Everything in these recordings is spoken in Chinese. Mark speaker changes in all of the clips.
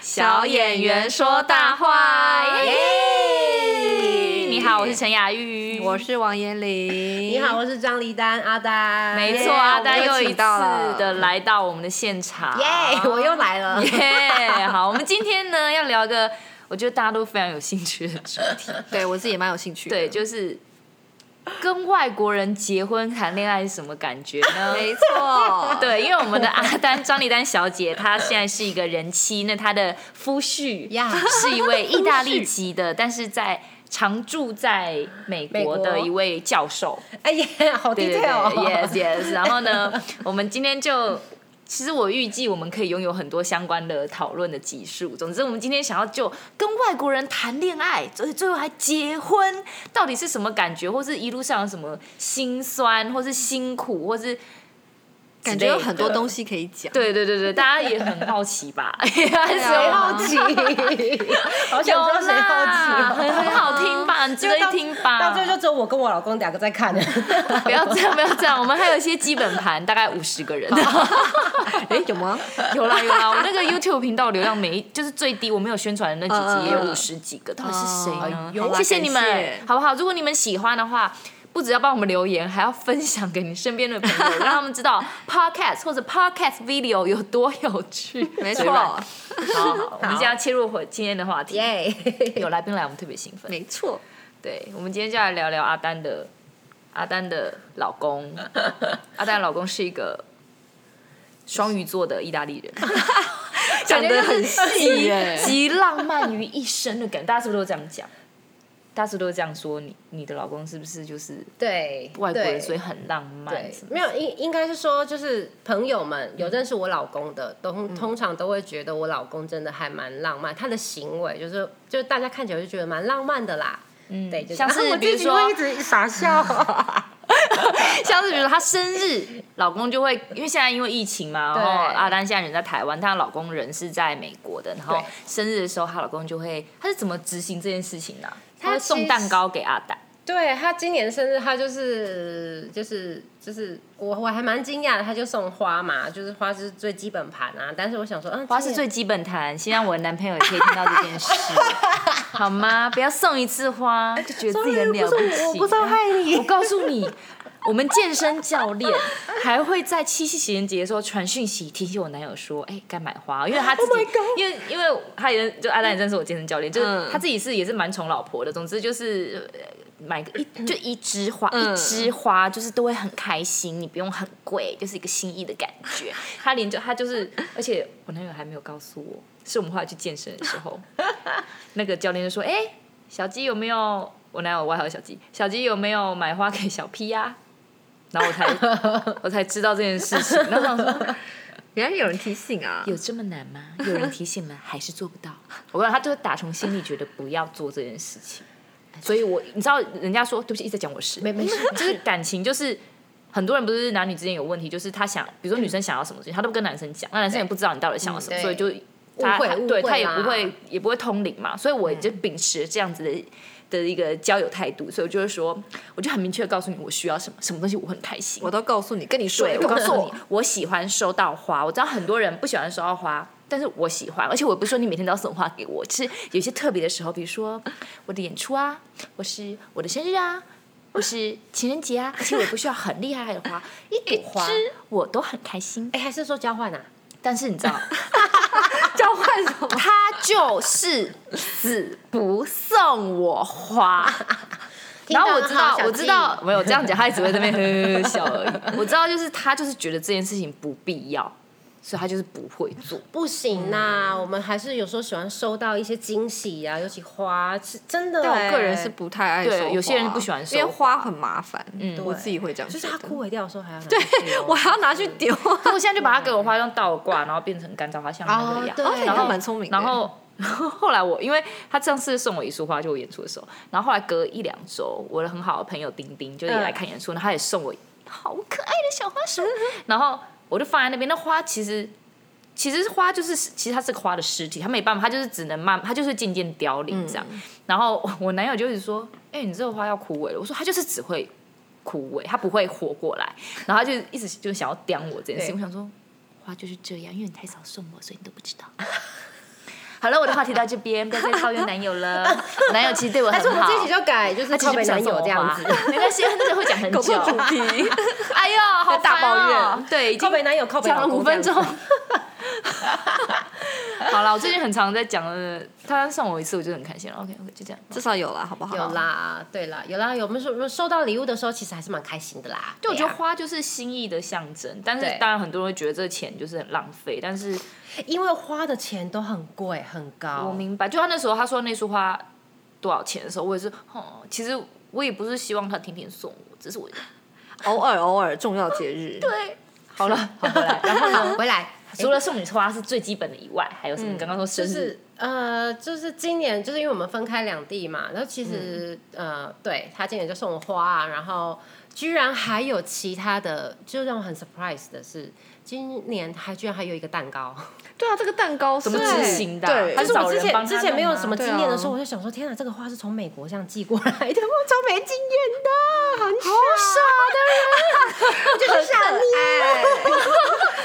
Speaker 1: 小演员说大话耶！
Speaker 2: 你好，我是陈雅玉，
Speaker 1: 我是王彦霖。
Speaker 3: 你好，我是张黎丹阿丹。
Speaker 2: 没错
Speaker 1: 耶
Speaker 2: 啊，
Speaker 1: 哎我们
Speaker 2: 大家
Speaker 1: 又
Speaker 2: 又一
Speaker 1: 请
Speaker 2: 次
Speaker 1: 到了
Speaker 2: 的来到我们的现场，
Speaker 3: 耶 我又来了。
Speaker 2: 耶！ 好，我们今天呢要聊一个我觉得大家都非常有兴趣的主 题，
Speaker 1: 对我自己也蛮有兴趣的。
Speaker 2: 对，就是跟外国人结婚谈恋爱是什么感觉呢？
Speaker 1: 没错，
Speaker 2: 对，因为我们的阿丹张丽丹小姐，她现在是一个人妻，那她的夫婿
Speaker 3: 呀
Speaker 2: 是 一位意大利籍的，但是在常住在美
Speaker 3: 美
Speaker 2: 国
Speaker 3: 国
Speaker 2: 的一位教授。
Speaker 3: 哎呀，好
Speaker 2: 对对对
Speaker 3: detail 哦。
Speaker 2: ，yes yes。然后呢，我们今天就。其实我预计我们可以拥有很多相关的讨论的集数。总之，我们今天想要就跟外国人谈恋爱，最最后还结婚，到底是什么感觉，或是一路上有什么心酸，或是辛苦，或是
Speaker 1: 感觉有很多
Speaker 2: 西。
Speaker 1: 东西可以讲。
Speaker 2: 对对对对，大家也很好奇吧？
Speaker 3: 谁
Speaker 2: 谁
Speaker 3: 好
Speaker 2: 奇？
Speaker 3: 奇？ 好
Speaker 2: 有
Speaker 3: 想知道谁
Speaker 2: 啦，
Speaker 3: 好奇
Speaker 2: 很
Speaker 3: 哦。
Speaker 2: 很好听吧，很值
Speaker 3: 就
Speaker 2: 得一
Speaker 3: 到
Speaker 2: 听吧。
Speaker 3: 到最后就只有我跟我老公两个在看。
Speaker 2: 不要这样，不要这样，我们还有一些基本盘，大概五十个人。
Speaker 1: 哎，有 吗？
Speaker 2: 有啦有啦，我那个 YouTube 频道流量每一就是最低，我没有宣传的那几
Speaker 1: 嗯嗯
Speaker 2: 集也有
Speaker 1: 嗯
Speaker 2: 五十几个，到底是谁呢
Speaker 1: 哎呦？
Speaker 2: 谢谢你们
Speaker 1: 好啦感谢，
Speaker 2: 好不好？如果你们喜欢的话。不只要帮我们留言，还要分享给你身边的朋友，让他们知道 podcast 或者 podcast video 有多有趣。
Speaker 1: 没
Speaker 2: 嘴软
Speaker 1: 错，
Speaker 2: 好，好，我们现在切入回今天的话题。
Speaker 3: 耶！
Speaker 2: 有来宾来，我们特别兴奋。
Speaker 1: 没错。
Speaker 2: 对，我们今天就来聊聊阿丹的阿丹的老 公。阿丹的老公是一个双鱼座的意大 利人，
Speaker 1: 讲得很细耶
Speaker 2: 感觉就是集集浪漫于一身的感觉。大家是不是都这样讲？大家是不是都这样说？你你的老公是不是就是
Speaker 3: 对，
Speaker 2: 外国人，
Speaker 3: 对
Speaker 2: 所以很浪漫
Speaker 3: 对
Speaker 2: 什，么？
Speaker 3: 没有应应该是说，就是朋友们有认识我老公的，都
Speaker 2: 嗯
Speaker 3: 通常都会觉得我老公真的还蛮浪漫，他的行为就是就是大家看起来就觉得蛮浪漫的啦。嗯，对，就
Speaker 2: 像是
Speaker 3: 然后我
Speaker 2: 比如
Speaker 3: 自己
Speaker 2: 说
Speaker 3: 会一直傻笑。
Speaker 2: 像是比如说她生日，老公就会因为现在因为疫情嘛，然
Speaker 3: 对
Speaker 2: 后阿丹现在人在台湾，她老公人是在美国的，然后
Speaker 3: 对
Speaker 2: 生日的时候，她老公就会，她是怎么执行这件事情的啊、
Speaker 3: 她
Speaker 2: 她会
Speaker 3: 其
Speaker 2: 送
Speaker 3: 实
Speaker 2: 蛋糕给阿丹，
Speaker 3: 对他今年生日，他就是就是就是我我还蛮惊讶的，他就送花嘛，就是花是最基本盘啊。但是我想说，嗯，
Speaker 2: 花是
Speaker 3: 今
Speaker 2: 最
Speaker 3: 年
Speaker 2: 基本谈，希望我的男朋友也可以听到这件事，好吗？不要送一次花就觉得自己很了起，
Speaker 3: 我不伤害
Speaker 2: 我
Speaker 3: 你，
Speaker 2: 告诉你， 我们健身教练还会在七夕情人节的时候传讯息提醒我男友说：“哎、该买花。”因为他自己
Speaker 3: Oh my God
Speaker 2: 因为因为他也就阿丹也认识我健身教练，就是
Speaker 1: 嗯
Speaker 2: 他自己是也是蛮宠老婆的。总之就是呃买个一就一枝花，
Speaker 1: 嗯
Speaker 2: 一枝花就是都会很开心，你不用很贵，就是一个心意的感觉。他连就他就是，而且我男友还没有告诉我，是我们后来去健身的时 候，那个教练就说：“哎、小鸡有没有？我哪有外号小鸡？小鸡有没有买花给小 P 呀、然后我才我才知道这件事情。然后我想说，
Speaker 1: 原来有人提醒啊！
Speaker 2: 有这么难 吗？有人提醒吗？还是做不到？我让他就是打从心里觉得不要做这件事情。所以我你知道，人家说对不起，一直在讲我事，嗯
Speaker 3: 没没事，
Speaker 2: 就是感情就是。很多人不是男女之间有问题，就是他想，比如说女生想要什么事情，他都不跟男生讲，那男生也不知道你到底想要什么，
Speaker 3: 对
Speaker 2: 所以就他
Speaker 3: 误会
Speaker 2: 他
Speaker 3: 误
Speaker 2: 对
Speaker 3: 会
Speaker 2: 他也
Speaker 3: 啦
Speaker 2: 不会嗯也不会通灵嘛，所以我也就秉持这样子的的一个交友态度，所以我就会说，我就很明确地告诉你我需要什么，什么东西我很开心，
Speaker 1: 我都告诉你，跟你说，
Speaker 2: 对，
Speaker 1: 我
Speaker 2: 我
Speaker 1: 告
Speaker 2: 告
Speaker 1: 诉
Speaker 2: 诉
Speaker 1: 你
Speaker 2: 你，，我喜欢收到花。我知道很多人不喜欢收到花，但是我喜欢，而且我不是说你每天都要送花给我，是有一些特别的时候，比如说我的演出啊，或是我的生日啊，或是情人节啊，而且我也不需要很厉害的花，一朵花我都很开心。
Speaker 3: 哎，还是说交换啊？
Speaker 2: 但是你知道，
Speaker 1: 交换什么？
Speaker 2: 他就是死不送我花。然后我知道，我知道，没有这样讲，他也只会在那边呵呵呵笑而已。我知道，就是他就是觉得这件事情不必要，所以他就是不会做。
Speaker 3: 不行呐，我们还是有时候喜欢收到一些惊喜啊，尤其花，是真的。哎
Speaker 1: 但我个人是不太爱
Speaker 2: 对
Speaker 1: 收花，
Speaker 2: 有些人不喜欢收
Speaker 1: 因为花很麻烦。嗯，
Speaker 2: 对
Speaker 1: 我自己会这样
Speaker 3: 就
Speaker 1: 觉
Speaker 3: 是
Speaker 1: 得，
Speaker 3: 它枯萎掉的时候还要拿去哦
Speaker 1: 对
Speaker 3: 丢
Speaker 1: 我还要拿去丢。
Speaker 2: 可我现在就把他给我花用倒挂，然后变成干燥花，像那个样。
Speaker 3: 对
Speaker 1: 哦，
Speaker 2: 然
Speaker 1: 那
Speaker 2: 后
Speaker 1: 你蛮聪明的。
Speaker 2: 然后后来我因为他上次送我一束花，就我演出的时候，然后后来隔一两周，我的很好的朋友丁丁就
Speaker 1: 嗯
Speaker 2: 也来看演出，然后他也送我好可爱的小花束，然后我就放在那边。那花其实其实花就是其实它是个花的尸体，它没办法，它就是只能慢，它就是渐渐凋零这样。
Speaker 1: 嗯
Speaker 2: 然后我我男友就一直说：“哎、你这个花要枯萎了。”我说：“它就是只会枯萎，它不会活过来。”然后他就一直就想要刁我这件事情。
Speaker 3: 对
Speaker 2: 我想说，花就是这样，因为你太少送我，所以你都不知道。他好了，我的话题到这边，不要再抱怨男友 了。男友其实对我
Speaker 3: 还
Speaker 2: 很
Speaker 3: 是我们
Speaker 2: 好
Speaker 3: 这一，集就改，就是
Speaker 2: 他其
Speaker 3: 靠
Speaker 2: 实不
Speaker 3: 北
Speaker 2: 想
Speaker 3: 男
Speaker 2: 送
Speaker 3: 友
Speaker 2: 我
Speaker 3: 这样子。
Speaker 2: 花，没关系，那个会讲很
Speaker 1: 搞
Speaker 2: 久
Speaker 1: 错。主 题，
Speaker 2: 哎呦，好烦哦
Speaker 1: 大抱怨
Speaker 2: 对，已
Speaker 3: 靠
Speaker 2: 经
Speaker 3: 北男友，靠北
Speaker 1: 讲
Speaker 3: 老
Speaker 1: 了
Speaker 3: 公
Speaker 1: 五分
Speaker 3: 这
Speaker 1: 钟
Speaker 3: 样子，
Speaker 2: 好了。我最近很常在讲的，他送我一次，我就很开心了。OK OK，就这样。
Speaker 1: 至少有了，好不好？
Speaker 3: 有，啦，对啦，有啦，有没有收收到礼物的时候，其实还是蛮开心的啦。
Speaker 2: 对，我觉
Speaker 3: 啊
Speaker 2: 得花就是心意的象征，但是
Speaker 3: 对
Speaker 2: 当然很多人会觉得这钱就是很浪费，但是
Speaker 3: 因为花的钱都很贵很高，
Speaker 2: 我明白，就他那时候他说那束花多少钱的时候，我也是，哦，其实我也不是希望他天天送我，只是我
Speaker 1: 偶尔偶尔重要节日，对，
Speaker 2: 对，好 了，
Speaker 3: 好回来，然
Speaker 2: 哎
Speaker 3: 后好回来，
Speaker 2: 除了送你花是最基本的以外，还有什么？刚刚说生
Speaker 3: 哎就
Speaker 2: 日，
Speaker 3: 是呃，就是今年就是因为我们分开两地嘛，然后其实、呃，对他今年就送我花、啊，然后居然还有其他的，就让我很 surprise 的是，今年还居然还有一个蛋糕。
Speaker 1: 啊，这个蛋糕怎
Speaker 2: 怎么执行的啊？
Speaker 1: 对，
Speaker 2: 还
Speaker 3: 就是
Speaker 2: 找
Speaker 3: 我之
Speaker 2: 人
Speaker 3: 前
Speaker 2: 帮他
Speaker 3: 之前没有
Speaker 2: 弄啊
Speaker 3: 什么经验的时
Speaker 1: 对
Speaker 3: 候，
Speaker 1: 啊
Speaker 3: 我就想说，天哪，这个花是从美国这样寄过来的，我超没经验的，很傻的人，我就是傻你。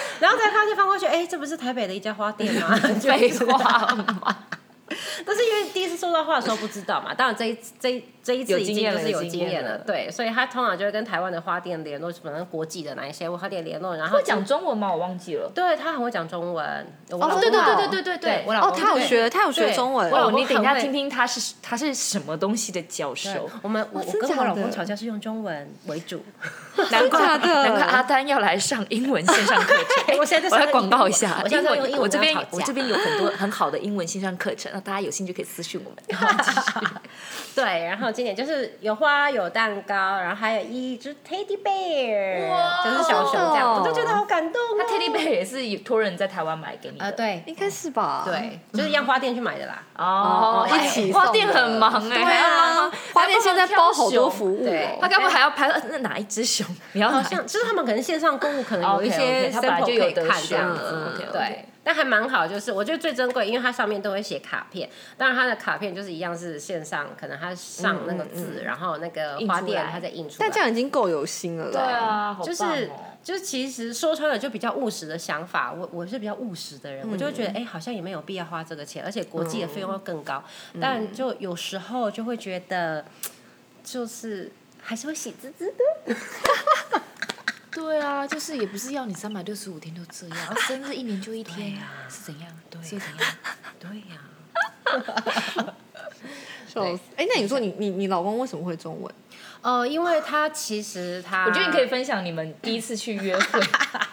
Speaker 3: 然后才发现翻过去，哎、这不是台北的一家花店 吗？就
Speaker 2: 废话嘛，
Speaker 3: 但是因为第一次收到画的时候不知道嘛，当然这一这一这一次已经就是有
Speaker 2: 有
Speaker 3: 经
Speaker 2: 经验
Speaker 3: 验
Speaker 2: 了
Speaker 3: 了，对，所以他通常就会跟台湾的花店联络，可能国际的哪一些花店联络，然 后
Speaker 2: 会讲中文吗？我忘记了。
Speaker 3: 对他很会讲中文，我老公
Speaker 1: 真的哦
Speaker 3: 对对对对对，我老
Speaker 1: 哦，
Speaker 3: 公
Speaker 1: 他有学，他有学
Speaker 3: 对
Speaker 1: 中文
Speaker 3: 我，老
Speaker 2: 哦，
Speaker 3: 公
Speaker 2: 你等一
Speaker 3: 很
Speaker 2: 下
Speaker 3: 会
Speaker 2: 听听他是他是什么东西的教授，
Speaker 3: 我们我
Speaker 2: 哦
Speaker 1: 哇
Speaker 3: 我
Speaker 1: 真
Speaker 3: 跟
Speaker 1: 假
Speaker 3: 我老
Speaker 1: 的
Speaker 3: 公吵架是用中文为 主，。
Speaker 2: 难怪
Speaker 1: 真的假的
Speaker 2: 难怪阿丹要来上英文线上课程
Speaker 3: 我现在在
Speaker 2: 哎我
Speaker 3: 上
Speaker 2: 来广告一
Speaker 3: 英
Speaker 2: 下
Speaker 3: 文我，现
Speaker 2: 英
Speaker 3: 在在用
Speaker 2: 文
Speaker 3: 英文
Speaker 2: 我这边
Speaker 3: 跟他吵架
Speaker 2: 我这边有很多很好的英文线上课程，那大家有兴趣可以私信我们。
Speaker 3: 对，然后今年就是有花有蛋糕，然后还有一只 teddy bear，
Speaker 2: 哇
Speaker 3: 就是小熊这样，我就觉得好感动 哦。
Speaker 2: 那 Teddy Bear 也是有托人在台湾买给你
Speaker 3: 呃，
Speaker 2: 的，
Speaker 3: 对
Speaker 1: 应该是吧？
Speaker 3: 对，
Speaker 2: 哦
Speaker 3: 就是一样花店去买的啦。
Speaker 1: 哦，一起
Speaker 2: 哎花
Speaker 1: 送
Speaker 2: 店
Speaker 1: 的
Speaker 2: 很忙
Speaker 1: 对
Speaker 2: 哎，还要帮
Speaker 1: 啊
Speaker 2: 忙，
Speaker 1: 花店现在包好多服
Speaker 2: 务，哦
Speaker 1: 务
Speaker 3: 对
Speaker 1: 哦
Speaker 2: 他。该不会还要拍到呃那哪一只熊？你要
Speaker 3: 好
Speaker 2: 哪一只
Speaker 3: 像就是他们可能线上购物可能有一
Speaker 2: OK，OK，
Speaker 3: 些
Speaker 2: 哦他本来
Speaker 3: sample
Speaker 2: 就有
Speaker 3: 可以
Speaker 2: 得
Speaker 3: 看这
Speaker 2: 选
Speaker 3: 样
Speaker 2: 了
Speaker 3: 子，
Speaker 2: OK，OK
Speaker 3: 对，但还蛮好。就是我觉得最珍贵，因为它上面都会写卡片，当然它的卡片就是一样是线上，可能它上那个
Speaker 2: 嗯
Speaker 3: 字，然后那个花
Speaker 2: 印出
Speaker 3: 店
Speaker 2: 来
Speaker 3: 它再印出来。
Speaker 1: 但这样已经够有心了啦。
Speaker 2: 对啊，好
Speaker 3: 就是、
Speaker 2: 棒哦
Speaker 3: 就是，其实说穿了就比较务实的想法。我我是比较务实的人，
Speaker 2: 嗯
Speaker 3: 我就会觉得哎、好像也没有必要花这个钱，而且国际的费用要更高。
Speaker 2: 嗯
Speaker 3: 但就有时候就会觉得，就是还是会喜滋滋的。
Speaker 2: 对啊，就是也不是要你三百六十五天都这样，然后生日一年就一天，是怎样？对，啊是怎样？
Speaker 3: 对呀、
Speaker 1: 笑死！哎，那你说你你你老公为什么会中文？
Speaker 3: 哦，因为他其实他，
Speaker 2: 我觉得你可以分享你们第一次去约会，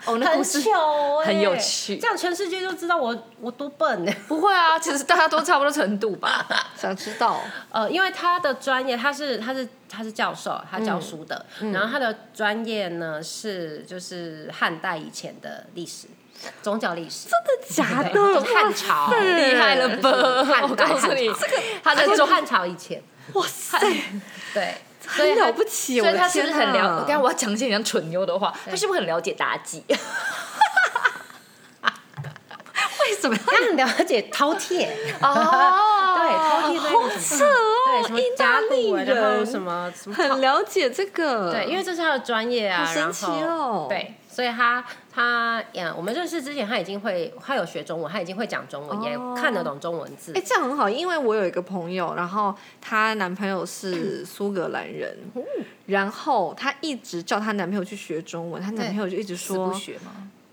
Speaker 2: 哦，那
Speaker 3: 很
Speaker 2: 故事
Speaker 3: 糗欸
Speaker 2: 很有趣
Speaker 3: 这样全世界就知道我我多笨。欸
Speaker 2: 不会啊，其实大家都差不多程度吧。
Speaker 1: 想知 道？
Speaker 3: 呃，因为他的专业，他是他是他是教授，他
Speaker 1: 嗯
Speaker 3: 教书的，然后他的专业呢是就是汉代以前的历史，宗教历史，真
Speaker 1: 假的？
Speaker 3: 就是汉朝，
Speaker 2: 厉害了吧
Speaker 3: 就是汉代
Speaker 2: 我告诉你
Speaker 3: 汉朝
Speaker 2: 这他在
Speaker 3: 就是
Speaker 2: 中
Speaker 3: 汉朝以前，
Speaker 1: 哇塞，
Speaker 3: 对，所以
Speaker 1: 很
Speaker 3: 他
Speaker 1: 了不起！
Speaker 2: 所以
Speaker 1: 我的
Speaker 2: 他是不是
Speaker 1: 天
Speaker 2: 很
Speaker 1: 哪
Speaker 2: 了？我刚我要讲一些很像蠢妞的话，他是不是很了解妲己？
Speaker 1: 为什么要
Speaker 3: 他很了解饕餮， 对，
Speaker 2: 哦，
Speaker 3: 饕餮那个字，对，什么
Speaker 1: 哦意大
Speaker 3: 甲
Speaker 1: 利
Speaker 3: 骨文，然后
Speaker 1: 人
Speaker 3: 什么什么
Speaker 1: 很了解这个？
Speaker 3: 对，因为这是他的专业啊，
Speaker 1: 好神奇
Speaker 3: 然
Speaker 1: 哦
Speaker 3: 后对，所以他他呀，我们认识之前他已经会，他有学中文，他已经会讲中文，
Speaker 1: 哦
Speaker 3: 也看得懂中文字
Speaker 1: 哎、。这样很好，因为我有一个朋友，然后她男朋友是苏格兰人，
Speaker 2: 嗯
Speaker 1: 然后她一直叫她男朋友去学中文，她男朋友就一直说
Speaker 2: 吗？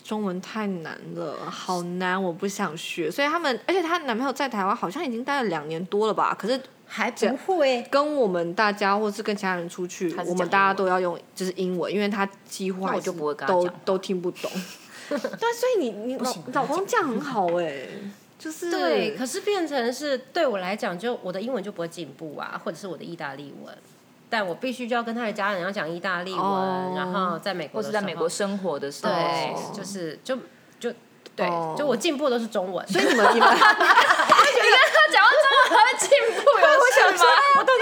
Speaker 1: 中文太难了，好难，我不想学。所以他们，而且她男朋友在台湾好像已经待了两年多了吧，可是
Speaker 3: 还不会，
Speaker 1: 跟我们大家或是跟其他人出去
Speaker 2: 还，是
Speaker 1: 我们
Speaker 2: 讲
Speaker 1: 大
Speaker 2: 英
Speaker 1: 家
Speaker 2: 文
Speaker 1: 都要用就是英文，因为他几乎
Speaker 2: 那我
Speaker 1: 还是
Speaker 2: 就不会跟他
Speaker 1: 都
Speaker 2: 讲话
Speaker 1: 都听不懂。对，所以你你老
Speaker 3: 行
Speaker 1: 老公这样很好哎、就是
Speaker 3: 对，
Speaker 2: 嗯
Speaker 3: 可是变成是对我来讲，就我的英文就不会进步啊，或者是我的意大利文，但我必须就要跟他的家人要讲意大利文，
Speaker 1: 哦
Speaker 3: 然后在美
Speaker 2: 或
Speaker 3: 国的
Speaker 2: 是
Speaker 3: 时候，
Speaker 2: 在美国生活的时候，
Speaker 3: 对
Speaker 1: 哦，
Speaker 3: 就是就就对
Speaker 1: 哦，
Speaker 3: 就我进步都是中文，
Speaker 1: 所以你们你们。
Speaker 2: 他讲到真的还会进步，有事吗？
Speaker 3: 我到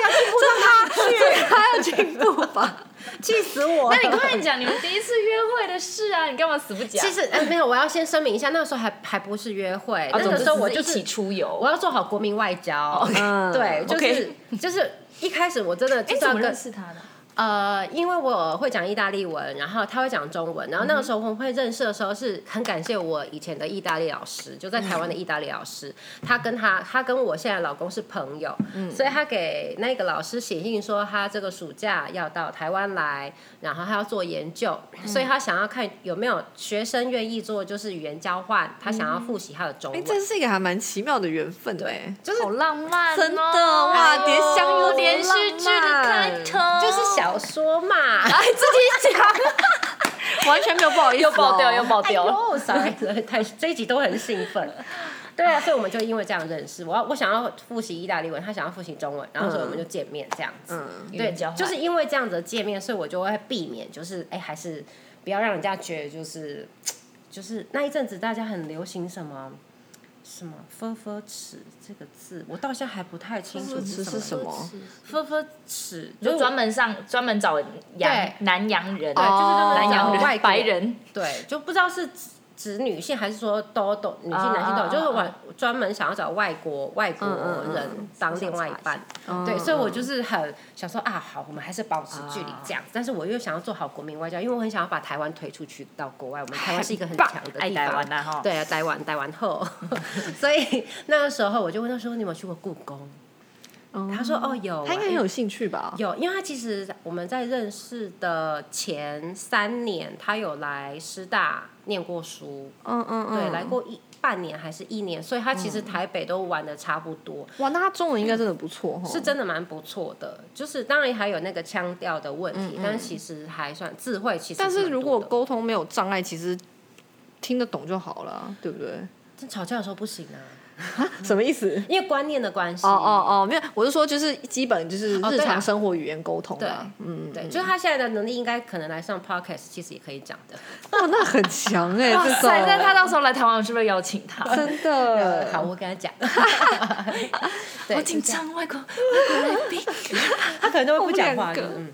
Speaker 3: 底要进步到哪去？
Speaker 1: 他要进步吧？
Speaker 3: 气死 我！
Speaker 2: 那你快讲你们第一次约会的事啊，你干嘛死不讲？
Speaker 3: 其实、呃、没有，我要先声明一下，那时候还还不是约会，
Speaker 2: 啊，
Speaker 3: 那
Speaker 2: 总
Speaker 3: 个
Speaker 2: 之
Speaker 3: 时候我
Speaker 2: 只
Speaker 3: 就是
Speaker 2: 一起
Speaker 3: 是
Speaker 2: 出游
Speaker 3: 我。要做好国民外交。
Speaker 1: 嗯
Speaker 3: 对，就是
Speaker 2: OK
Speaker 3: 就是一开始我真的
Speaker 2: 哎，
Speaker 3: 就是
Speaker 2: 怎
Speaker 3: 要
Speaker 2: 么
Speaker 3: 跟
Speaker 2: 认识他的？
Speaker 3: 呃，因为我会讲意大利文，然后他会讲中文，然后那个时候我们会认识的时候，是很感谢我以前的意大利老师，就在台湾的意大利老师，
Speaker 1: 嗯
Speaker 3: 他跟他他跟我现在老公是朋友，所以他给那个老师写信说他这个暑假要到台湾来，然后他要做研究，
Speaker 1: 嗯
Speaker 3: 所以他想要看有没有学生愿意做就是语言交换，他想要复习他的中
Speaker 1: 哎、
Speaker 3: 文，
Speaker 1: 这是一个还蛮奇妙的缘分哎、
Speaker 3: 就是
Speaker 2: 好浪漫哦，
Speaker 1: 真的哇
Speaker 2: 哎
Speaker 1: 连
Speaker 2: 呦
Speaker 1: 相遇都
Speaker 2: 连
Speaker 1: 浪
Speaker 2: 续剧的开
Speaker 1: 漫
Speaker 2: 头，
Speaker 3: 就是小说嘛，
Speaker 2: 哎自己讲，
Speaker 1: 完全没有不好意思、
Speaker 2: 又
Speaker 1: 哦，
Speaker 2: 爆掉又爆
Speaker 3: 哎
Speaker 2: 掉，
Speaker 3: 呦，sorry，太这一集都很兴 奋。对啊，所以我们就因为这样认识。我要我想要复习意大利文，他想要复习中文，然后所以我们就见面这样子。
Speaker 1: 嗯，
Speaker 2: 语
Speaker 3: 对，
Speaker 2: 言交换
Speaker 3: 就是因为这样子的见面，所以我就会避免，就是哎，还是不要让人家觉得就是就是那一阵子大家很流行什么。什么“分分尺”这个字，我到现在还不太清楚
Speaker 1: fur fur
Speaker 3: 是
Speaker 1: 尺是什么？
Speaker 3: “分分尺”
Speaker 2: 就专门上专门找洋
Speaker 3: 对
Speaker 2: 南洋人，啊
Speaker 1: 哦
Speaker 3: 就是
Speaker 2: 南
Speaker 3: 专
Speaker 2: 洋
Speaker 3: 门找外
Speaker 2: 人、
Speaker 3: 国
Speaker 2: 白人，
Speaker 3: 对，就不知道是指指女性还是说都懂女性、男性
Speaker 2: 啊啊
Speaker 3: 都
Speaker 2: 啊
Speaker 3: 有，就是我专门想要找外国外国
Speaker 1: 嗯嗯
Speaker 3: 人当另外一半。
Speaker 2: 嗯
Speaker 3: 对，所以我就是很想说啊，好，我们还是保持距离这
Speaker 2: 啊
Speaker 3: 样。但是我又想要做好国民外交，因为我很想要把台湾推出去到国外。我们台湾是一个很
Speaker 2: 棒
Speaker 3: 强的地方，
Speaker 2: 爱台湾呐哈。
Speaker 3: 对啊，待完待完后， 所以那个时候我就问他说：“你有没有去过故宫？”他说：“哦，有啊。”
Speaker 1: 嗯他应该很有兴趣吧？
Speaker 3: 有，因为他其实我们在认识的前三年，他有来师大念过书，
Speaker 1: 嗯嗯嗯，
Speaker 3: 对，来。过一半年还是一年，所以他其实台北都玩的差不多，
Speaker 1: 哇，那他中文应该真的不错哦。
Speaker 3: 嗯是真的蛮不错的。就是当然还有那个腔调的问题，但其实还算智慧，其实
Speaker 1: 嗯但是
Speaker 3: 是
Speaker 1: 如果
Speaker 3: 沟
Speaker 1: 沟通没有障碍，其实听得懂就好了，对不对？
Speaker 3: 吵架的时候不行啊，
Speaker 1: 什么意思？
Speaker 3: 因为观念的关系。
Speaker 1: 哦哦哦，没有，我是说就是基本就是
Speaker 3: 哦
Speaker 1: 日
Speaker 3: 对啊
Speaker 1: 常生活语言沟通啦。嗯，
Speaker 3: 对，就是他现在的能力，应该可能来上 podcast，其实也可以讲的。
Speaker 1: 哇，那很强哎，
Speaker 2: 哇
Speaker 1: 这
Speaker 2: 塞！那他
Speaker 1: 种
Speaker 2: 到时候来台湾，我是不是邀请他？
Speaker 1: 真
Speaker 3: 呃， 好，
Speaker 1: 的。
Speaker 3: 我跟 他讲。对
Speaker 2: 好紧，
Speaker 3: 就这样
Speaker 2: 张，外国外国来宾。
Speaker 3: 他可能就会不
Speaker 1: 我
Speaker 3: 讲话。
Speaker 1: 们
Speaker 3: 就
Speaker 1: 两个
Speaker 3: 嗯，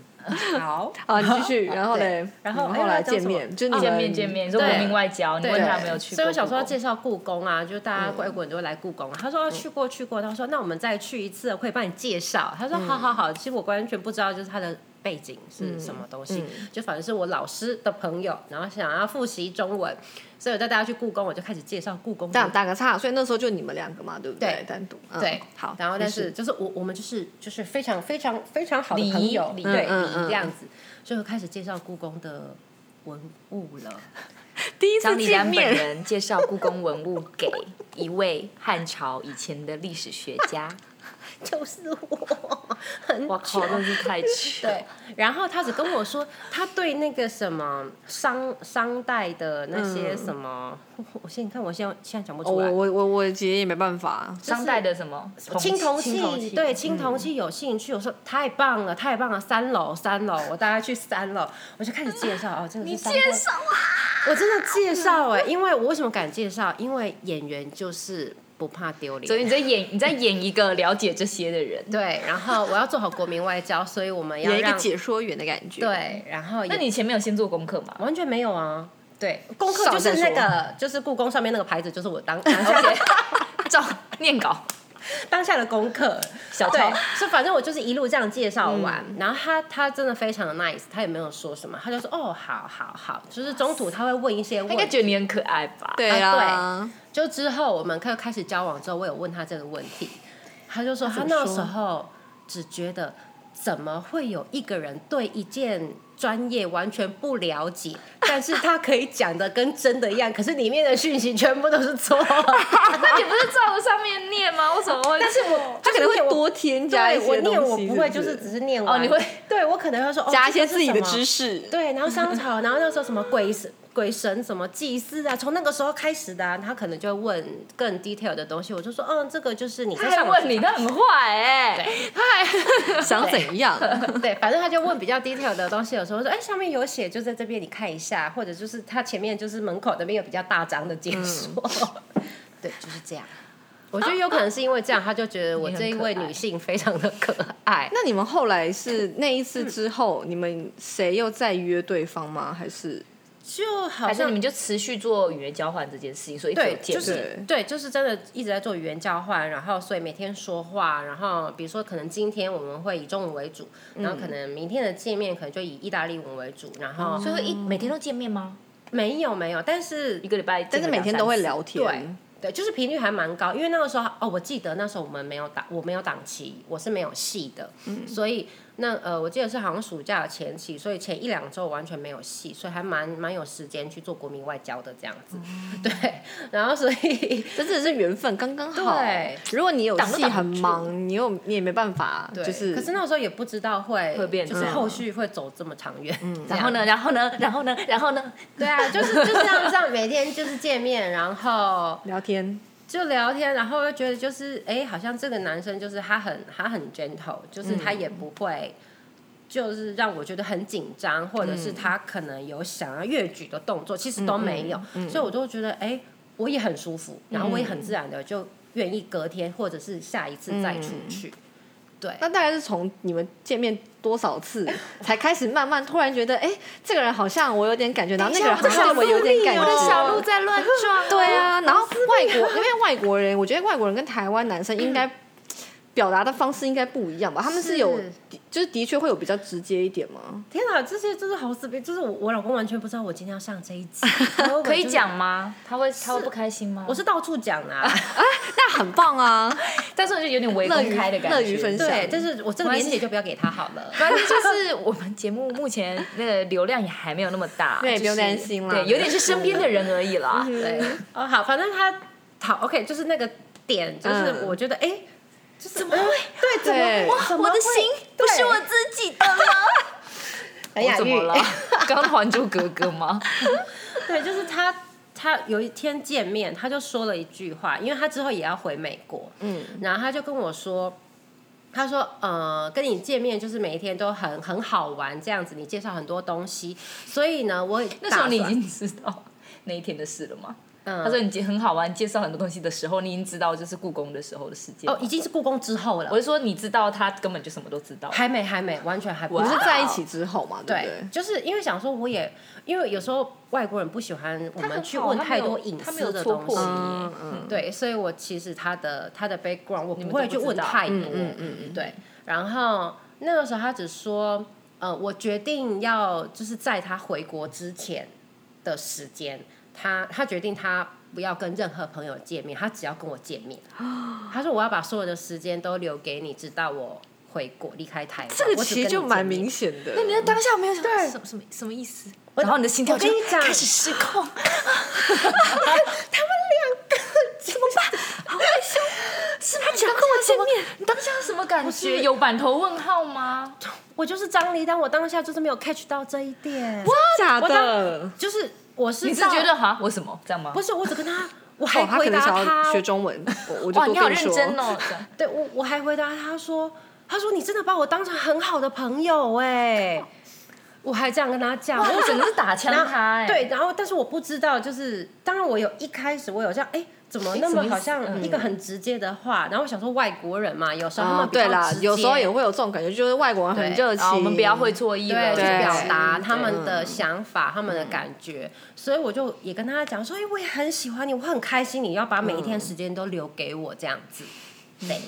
Speaker 3: 好。
Speaker 1: 好，啊你继续，然后嘞
Speaker 3: 对，然后
Speaker 1: 嗯
Speaker 3: 哎
Speaker 1: 后来
Speaker 3: 我要讲
Speaker 1: 见
Speaker 3: 什么哦
Speaker 1: 面，就你们
Speaker 2: 见面见面，说
Speaker 3: 对
Speaker 2: 国民外交，你
Speaker 3: 对
Speaker 2: 问他有没有去过？
Speaker 3: 所以我想说要介绍故宫啊，就大家外国人都会来故宫、啊。他说去过去过，他说那我们再去一次，我可以帮你介绍。他说好好好，其实我完全不知道就是他的背景是什么东西，就反正是我老师的朋友，然后想要复习中文，所以我带大家去故宫，我就开始介绍故宫
Speaker 1: 打
Speaker 3: 的
Speaker 1: 打个岔，所以那时候就你们两个嘛，对不
Speaker 3: 对
Speaker 1: 单独。嗯
Speaker 3: 对，
Speaker 1: 好。
Speaker 3: 然后但是
Speaker 1: 没事
Speaker 3: 就是我我们就是就是非常非常非常好
Speaker 2: 礼
Speaker 3: 的朋友，
Speaker 2: 礼
Speaker 3: 对，
Speaker 1: 嗯嗯嗯
Speaker 3: 这样子，所以我开始介绍故宫的文物了。
Speaker 1: 第一次
Speaker 2: 张丽
Speaker 1: 见
Speaker 2: 丹本
Speaker 1: 面，
Speaker 2: 人介绍故宫文物给一位汉朝以前的历史学家，
Speaker 3: 就是我，很
Speaker 2: 哇靠，真是太巧！
Speaker 3: 对，然后他只跟我说，他对那个什么商商代的那些什么，我现在你看，我现在现在讲不
Speaker 1: 哦
Speaker 3: 出
Speaker 1: 我
Speaker 3: 来。
Speaker 1: 我我我姐姐也没办法，
Speaker 2: 商代的什么
Speaker 3: 青铜器，对
Speaker 2: 器
Speaker 3: 青铜器有兴趣，我说太棒了，太棒了，三楼三楼，我带他去三楼，我就开始介绍哦，真的是三楼
Speaker 2: 介绍啊，
Speaker 3: 我真的介绍哎，因为我为什么敢介绍？因为演员就是不怕丢脸，
Speaker 2: 所以你在演你在演一个了解这些的人。
Speaker 3: 对，然后我要做好国民外交，所以我们要
Speaker 1: 演一个
Speaker 3: 让
Speaker 1: 解说员的感觉。，
Speaker 3: 对，然后
Speaker 2: 那
Speaker 3: 也
Speaker 2: 你前面有先做功课吗？
Speaker 3: 完全没有啊。对，功课
Speaker 1: 上
Speaker 3: 就是
Speaker 1: 再说
Speaker 3: 那个，就是故宫上面那个牌子，就是我当当下
Speaker 2: 照念稿，
Speaker 3: 当下的功课。
Speaker 2: 小
Speaker 3: 对
Speaker 2: 抄，
Speaker 3: 所以反正我就是一路这样介绍完，然后他他真的非常的 nice，他也没有说什么，他就说哦，好好好，就是中途他会问一些
Speaker 2: 他应该
Speaker 3: 问，
Speaker 2: 觉得你很可爱吧？，
Speaker 1: 对
Speaker 3: 啊
Speaker 1: 啊，
Speaker 3: 就之后我们开开始交往之后，我有问他这个问题，他就说他
Speaker 1: 怎么
Speaker 3: 那
Speaker 1: 说
Speaker 3: 时候只觉得怎么会有一个人对一件专业完全不了解，但是他可以讲的跟真的一样，可是里面的讯息全部都是错的。
Speaker 2: 那你不是照着上面念吗？为什么会？
Speaker 3: 但是我
Speaker 1: 哦他可能会。
Speaker 3: 就是
Speaker 1: 多添
Speaker 3: 我
Speaker 1: 加一
Speaker 3: 对，我
Speaker 1: 些东西。
Speaker 3: 念我不会，
Speaker 1: 是
Speaker 3: 就
Speaker 1: 不
Speaker 3: 是
Speaker 1: 是
Speaker 3: 只是念
Speaker 2: 哦
Speaker 3: 完。
Speaker 2: 你会
Speaker 3: 对我可能会说哦
Speaker 1: 加一些
Speaker 3: 这个是
Speaker 1: 自己的
Speaker 3: 什么
Speaker 1: 知识。
Speaker 3: 对，然后商朝，然后那时候什么鬼神、鬼神什么祭祀啊，从那个时候开始的、啊，他可能就会问更 detail 的东西。我就说，嗯，这个就是你
Speaker 2: 他
Speaker 3: 在
Speaker 2: 还
Speaker 3: 上
Speaker 2: 问你，他很坏哎、他 还
Speaker 1: 想怎 样？
Speaker 3: 对，反正他就问比较 detail 的东西，有时候说，哎，上面有写，就在这边你看一下，或者就是他前面就是门口那边有比较大张的解说，
Speaker 1: 嗯
Speaker 3: 对，就是这样。我
Speaker 1: 啊
Speaker 3: 觉得有可能是因为这样，他就觉得我
Speaker 2: 你很
Speaker 3: 这一
Speaker 2: 可爱
Speaker 3: 位女性非常的可爱。
Speaker 1: 那你们后来是那一次之后，你们谁又再约对方吗？还是
Speaker 3: 就好
Speaker 2: 还是
Speaker 3: 像
Speaker 2: 你们就持续做语言交换这件事情，所以一直有
Speaker 3: 对，
Speaker 2: 见
Speaker 3: 就
Speaker 2: 面。
Speaker 3: 是对，就是真的一直在做语言交换，然后所以每天说话，然后比如说可能今天我们会以中文为主，然后可能明天的见面可能就以意大利文为主，然后
Speaker 2: 所以会一每天都见面吗？
Speaker 3: 没有没有，但是
Speaker 2: 一个礼拜见个
Speaker 1: 但
Speaker 2: 两三次，
Speaker 1: 是每天都会聊天，
Speaker 3: 对对，就是频率还蛮高，因为那个时候哦，我记得那时候我们没有档，我没有档期，我是没有戏的，所以那呃，我记得是好像暑假的前期，所以前一两周完全没有戏，所以还蛮蛮有时间去做国民外交的这样子， 对，然后所以
Speaker 1: 这真的是缘分，刚刚好。
Speaker 3: 对，
Speaker 1: 如果你有
Speaker 2: 挡都
Speaker 1: 戏
Speaker 2: 挡不
Speaker 1: 很
Speaker 2: 住
Speaker 1: 忙，你又你也没办法，
Speaker 3: 对，
Speaker 1: 就是
Speaker 3: 可是那个时候也不知道会
Speaker 2: 会变
Speaker 3: 就是
Speaker 2: 这样
Speaker 3: 后续会走这么长远，嗯，
Speaker 2: 然后呢，然后呢，然后呢，然后呢，
Speaker 3: 对啊，就是就是这样这样，每天就是见面，然后
Speaker 1: 聊天，
Speaker 3: 就聊天，然后又觉得就是，哎、好像这个男生就是他很他很 gentle，就是
Speaker 2: 嗯
Speaker 3: 他也不会，就是让我觉得很紧张，或者
Speaker 2: 嗯
Speaker 3: 是他可能有想要越举的动作，其实都没有，
Speaker 2: 嗯
Speaker 3: 所以我就觉得，哎、我也很舒服，然后我也很自然的就愿意隔天或者是下一次再
Speaker 2: 嗯
Speaker 3: 出去。对，
Speaker 1: 那大概是从你们见面多少次 才开始慢慢突然觉得，哎、这个人好像我有点感觉，
Speaker 2: 啊
Speaker 1: 然后那个人好像我有点感觉。
Speaker 2: 我的小鹿在乱 撞。哦
Speaker 1: 对，啊，然后外国因为外国人，我觉得外国人跟台湾男生应该表达的方式应该不一样吧？他们是有
Speaker 3: 是
Speaker 1: 就是的确会有比较直接一点吗？
Speaker 3: 天哪，这些就是好死别，就是我我老公完全不知道我今天要上这一 集，然后我
Speaker 2: 可以
Speaker 3: 就是
Speaker 2: 讲，吗？他会他会不开心吗？
Speaker 3: 我是到处讲啊。
Speaker 1: 那很棒啊！
Speaker 2: 但是我就有点微
Speaker 1: 乐于
Speaker 2: 公开的感觉。
Speaker 1: 乐于分享
Speaker 3: 对，但是我这个连姐就不要给他好了。
Speaker 2: 反正就是我们节目目前那个流量也还没有那么大，
Speaker 1: 对
Speaker 2: 就是
Speaker 1: 不用担心啦
Speaker 2: 对，有点是身边的人而已啦。
Speaker 3: 对，哦好，反正他好 OK，就是那个点，就是
Speaker 1: 嗯
Speaker 3: 我觉得哎、就是怎么会？
Speaker 1: 对
Speaker 3: 对，怎么
Speaker 2: 我的
Speaker 3: 会
Speaker 2: 心不是我自己的吗？
Speaker 1: 哎
Speaker 3: 很雅
Speaker 2: 我怎么
Speaker 3: 玉
Speaker 2: 了？刚《还珠格格》吗？
Speaker 3: 对，就是他。他有一天见面，他就说了一句话，因为他之后也要回美国，嗯，然后他就跟我说，他说，呃，跟你见面就是每一天都很很好玩这样子，你介绍很多东西，所以呢，我也
Speaker 2: 那时候你已
Speaker 3: 打算，
Speaker 2: 经知道那一天的事了吗？
Speaker 3: 嗯
Speaker 2: 他说你介很好玩，介绍很多东西的时候，你已经知道就是故宫的时候的事件。
Speaker 3: 哦，已经是故宫之后了
Speaker 2: 我，是说你知道他根本就什么都知道。
Speaker 3: 还没，还没，完全还不
Speaker 1: 你
Speaker 3: 知
Speaker 1: 是
Speaker 3: 道
Speaker 2: 哦
Speaker 1: 在一起之后嘛？对不
Speaker 3: 对
Speaker 1: 对，？
Speaker 3: 就是因为想说，我也因为有时候外国人不喜欢我
Speaker 2: 他很
Speaker 3: 们去
Speaker 2: 好
Speaker 3: 问
Speaker 2: 他没
Speaker 3: 太
Speaker 2: 有
Speaker 3: 多隐
Speaker 2: 他没有
Speaker 3: 私的
Speaker 2: 戳
Speaker 3: 东
Speaker 2: 破
Speaker 3: 西，
Speaker 2: 你
Speaker 1: 嗯嗯，
Speaker 3: 对，所以我其实他的他的 background 我不
Speaker 2: 们
Speaker 3: 会
Speaker 2: 都
Speaker 3: 去
Speaker 2: 不知
Speaker 3: 问
Speaker 2: 道
Speaker 3: 太多，
Speaker 2: 嗯
Speaker 3: 嗯嗯，对。然后那个时候他只说，呃，我决定要就是在他回国之前的时间，他他决定他不要跟任何朋友见面，他只要跟我见 面。他说我要把所有的时间都留给你，直到我回国离开台湾。
Speaker 1: 这个
Speaker 3: 我只
Speaker 1: 其实
Speaker 3: 跟
Speaker 1: 就
Speaker 3: 你
Speaker 1: 蛮
Speaker 3: 见面
Speaker 1: 明显的。
Speaker 2: 那你在当下没有想到什么什么什么意思？然后你的心跳
Speaker 3: 我
Speaker 2: 就
Speaker 3: 跟你讲
Speaker 2: 开始失控，
Speaker 1: 是他只要跟我见面，
Speaker 2: 你当下是什么感
Speaker 3: 是
Speaker 2: 觉？有版头问号吗？
Speaker 3: 我就是张黎，但我当下就是没有 catch 到这一点。
Speaker 1: 假
Speaker 3: 我
Speaker 1: 的哦
Speaker 3: 当？就是我是
Speaker 2: 你是
Speaker 3: 到
Speaker 2: 觉得哈，我什么这样吗
Speaker 3: 不？是？我只跟他，我还
Speaker 1: 哦，他可
Speaker 3: 回
Speaker 1: 能
Speaker 3: 答
Speaker 1: 想
Speaker 3: 他，
Speaker 1: 要学中文，我我就
Speaker 2: 哇，
Speaker 1: 多
Speaker 2: 你好
Speaker 1: 跟
Speaker 2: 认
Speaker 1: 说。
Speaker 2: 真哦！这样
Speaker 3: 对我我还回答他说，他说你真的把我当成很好的朋友哎、我还这样跟他讲，
Speaker 2: 哇，
Speaker 3: 我
Speaker 2: 我整个是 打枪
Speaker 3: 然后
Speaker 2: 他哎，
Speaker 3: 对，然后但是我不知道，就是当然我有一开始我有这样，哎，怎么
Speaker 2: 诶
Speaker 3: 那
Speaker 2: 什
Speaker 3: 么
Speaker 2: 么意思嗯
Speaker 3: 好像一个很直接的话，然后我想说外国人嘛，有时候他
Speaker 1: 啊
Speaker 3: 们，比较
Speaker 1: 对啦
Speaker 3: 直，接
Speaker 1: 有时候也会有这种感觉，就是外国人很
Speaker 3: 对
Speaker 1: 热情，
Speaker 2: 啊，我们不要会错意
Speaker 3: 对，
Speaker 2: 了，
Speaker 3: 去
Speaker 1: 对嗯
Speaker 3: 表达他们的想法、他们的感觉。所以我就也跟他讲说，哎、我也很喜欢你，我很开心，你要把每一
Speaker 1: 嗯
Speaker 3: 天时间都留给我这样子。对，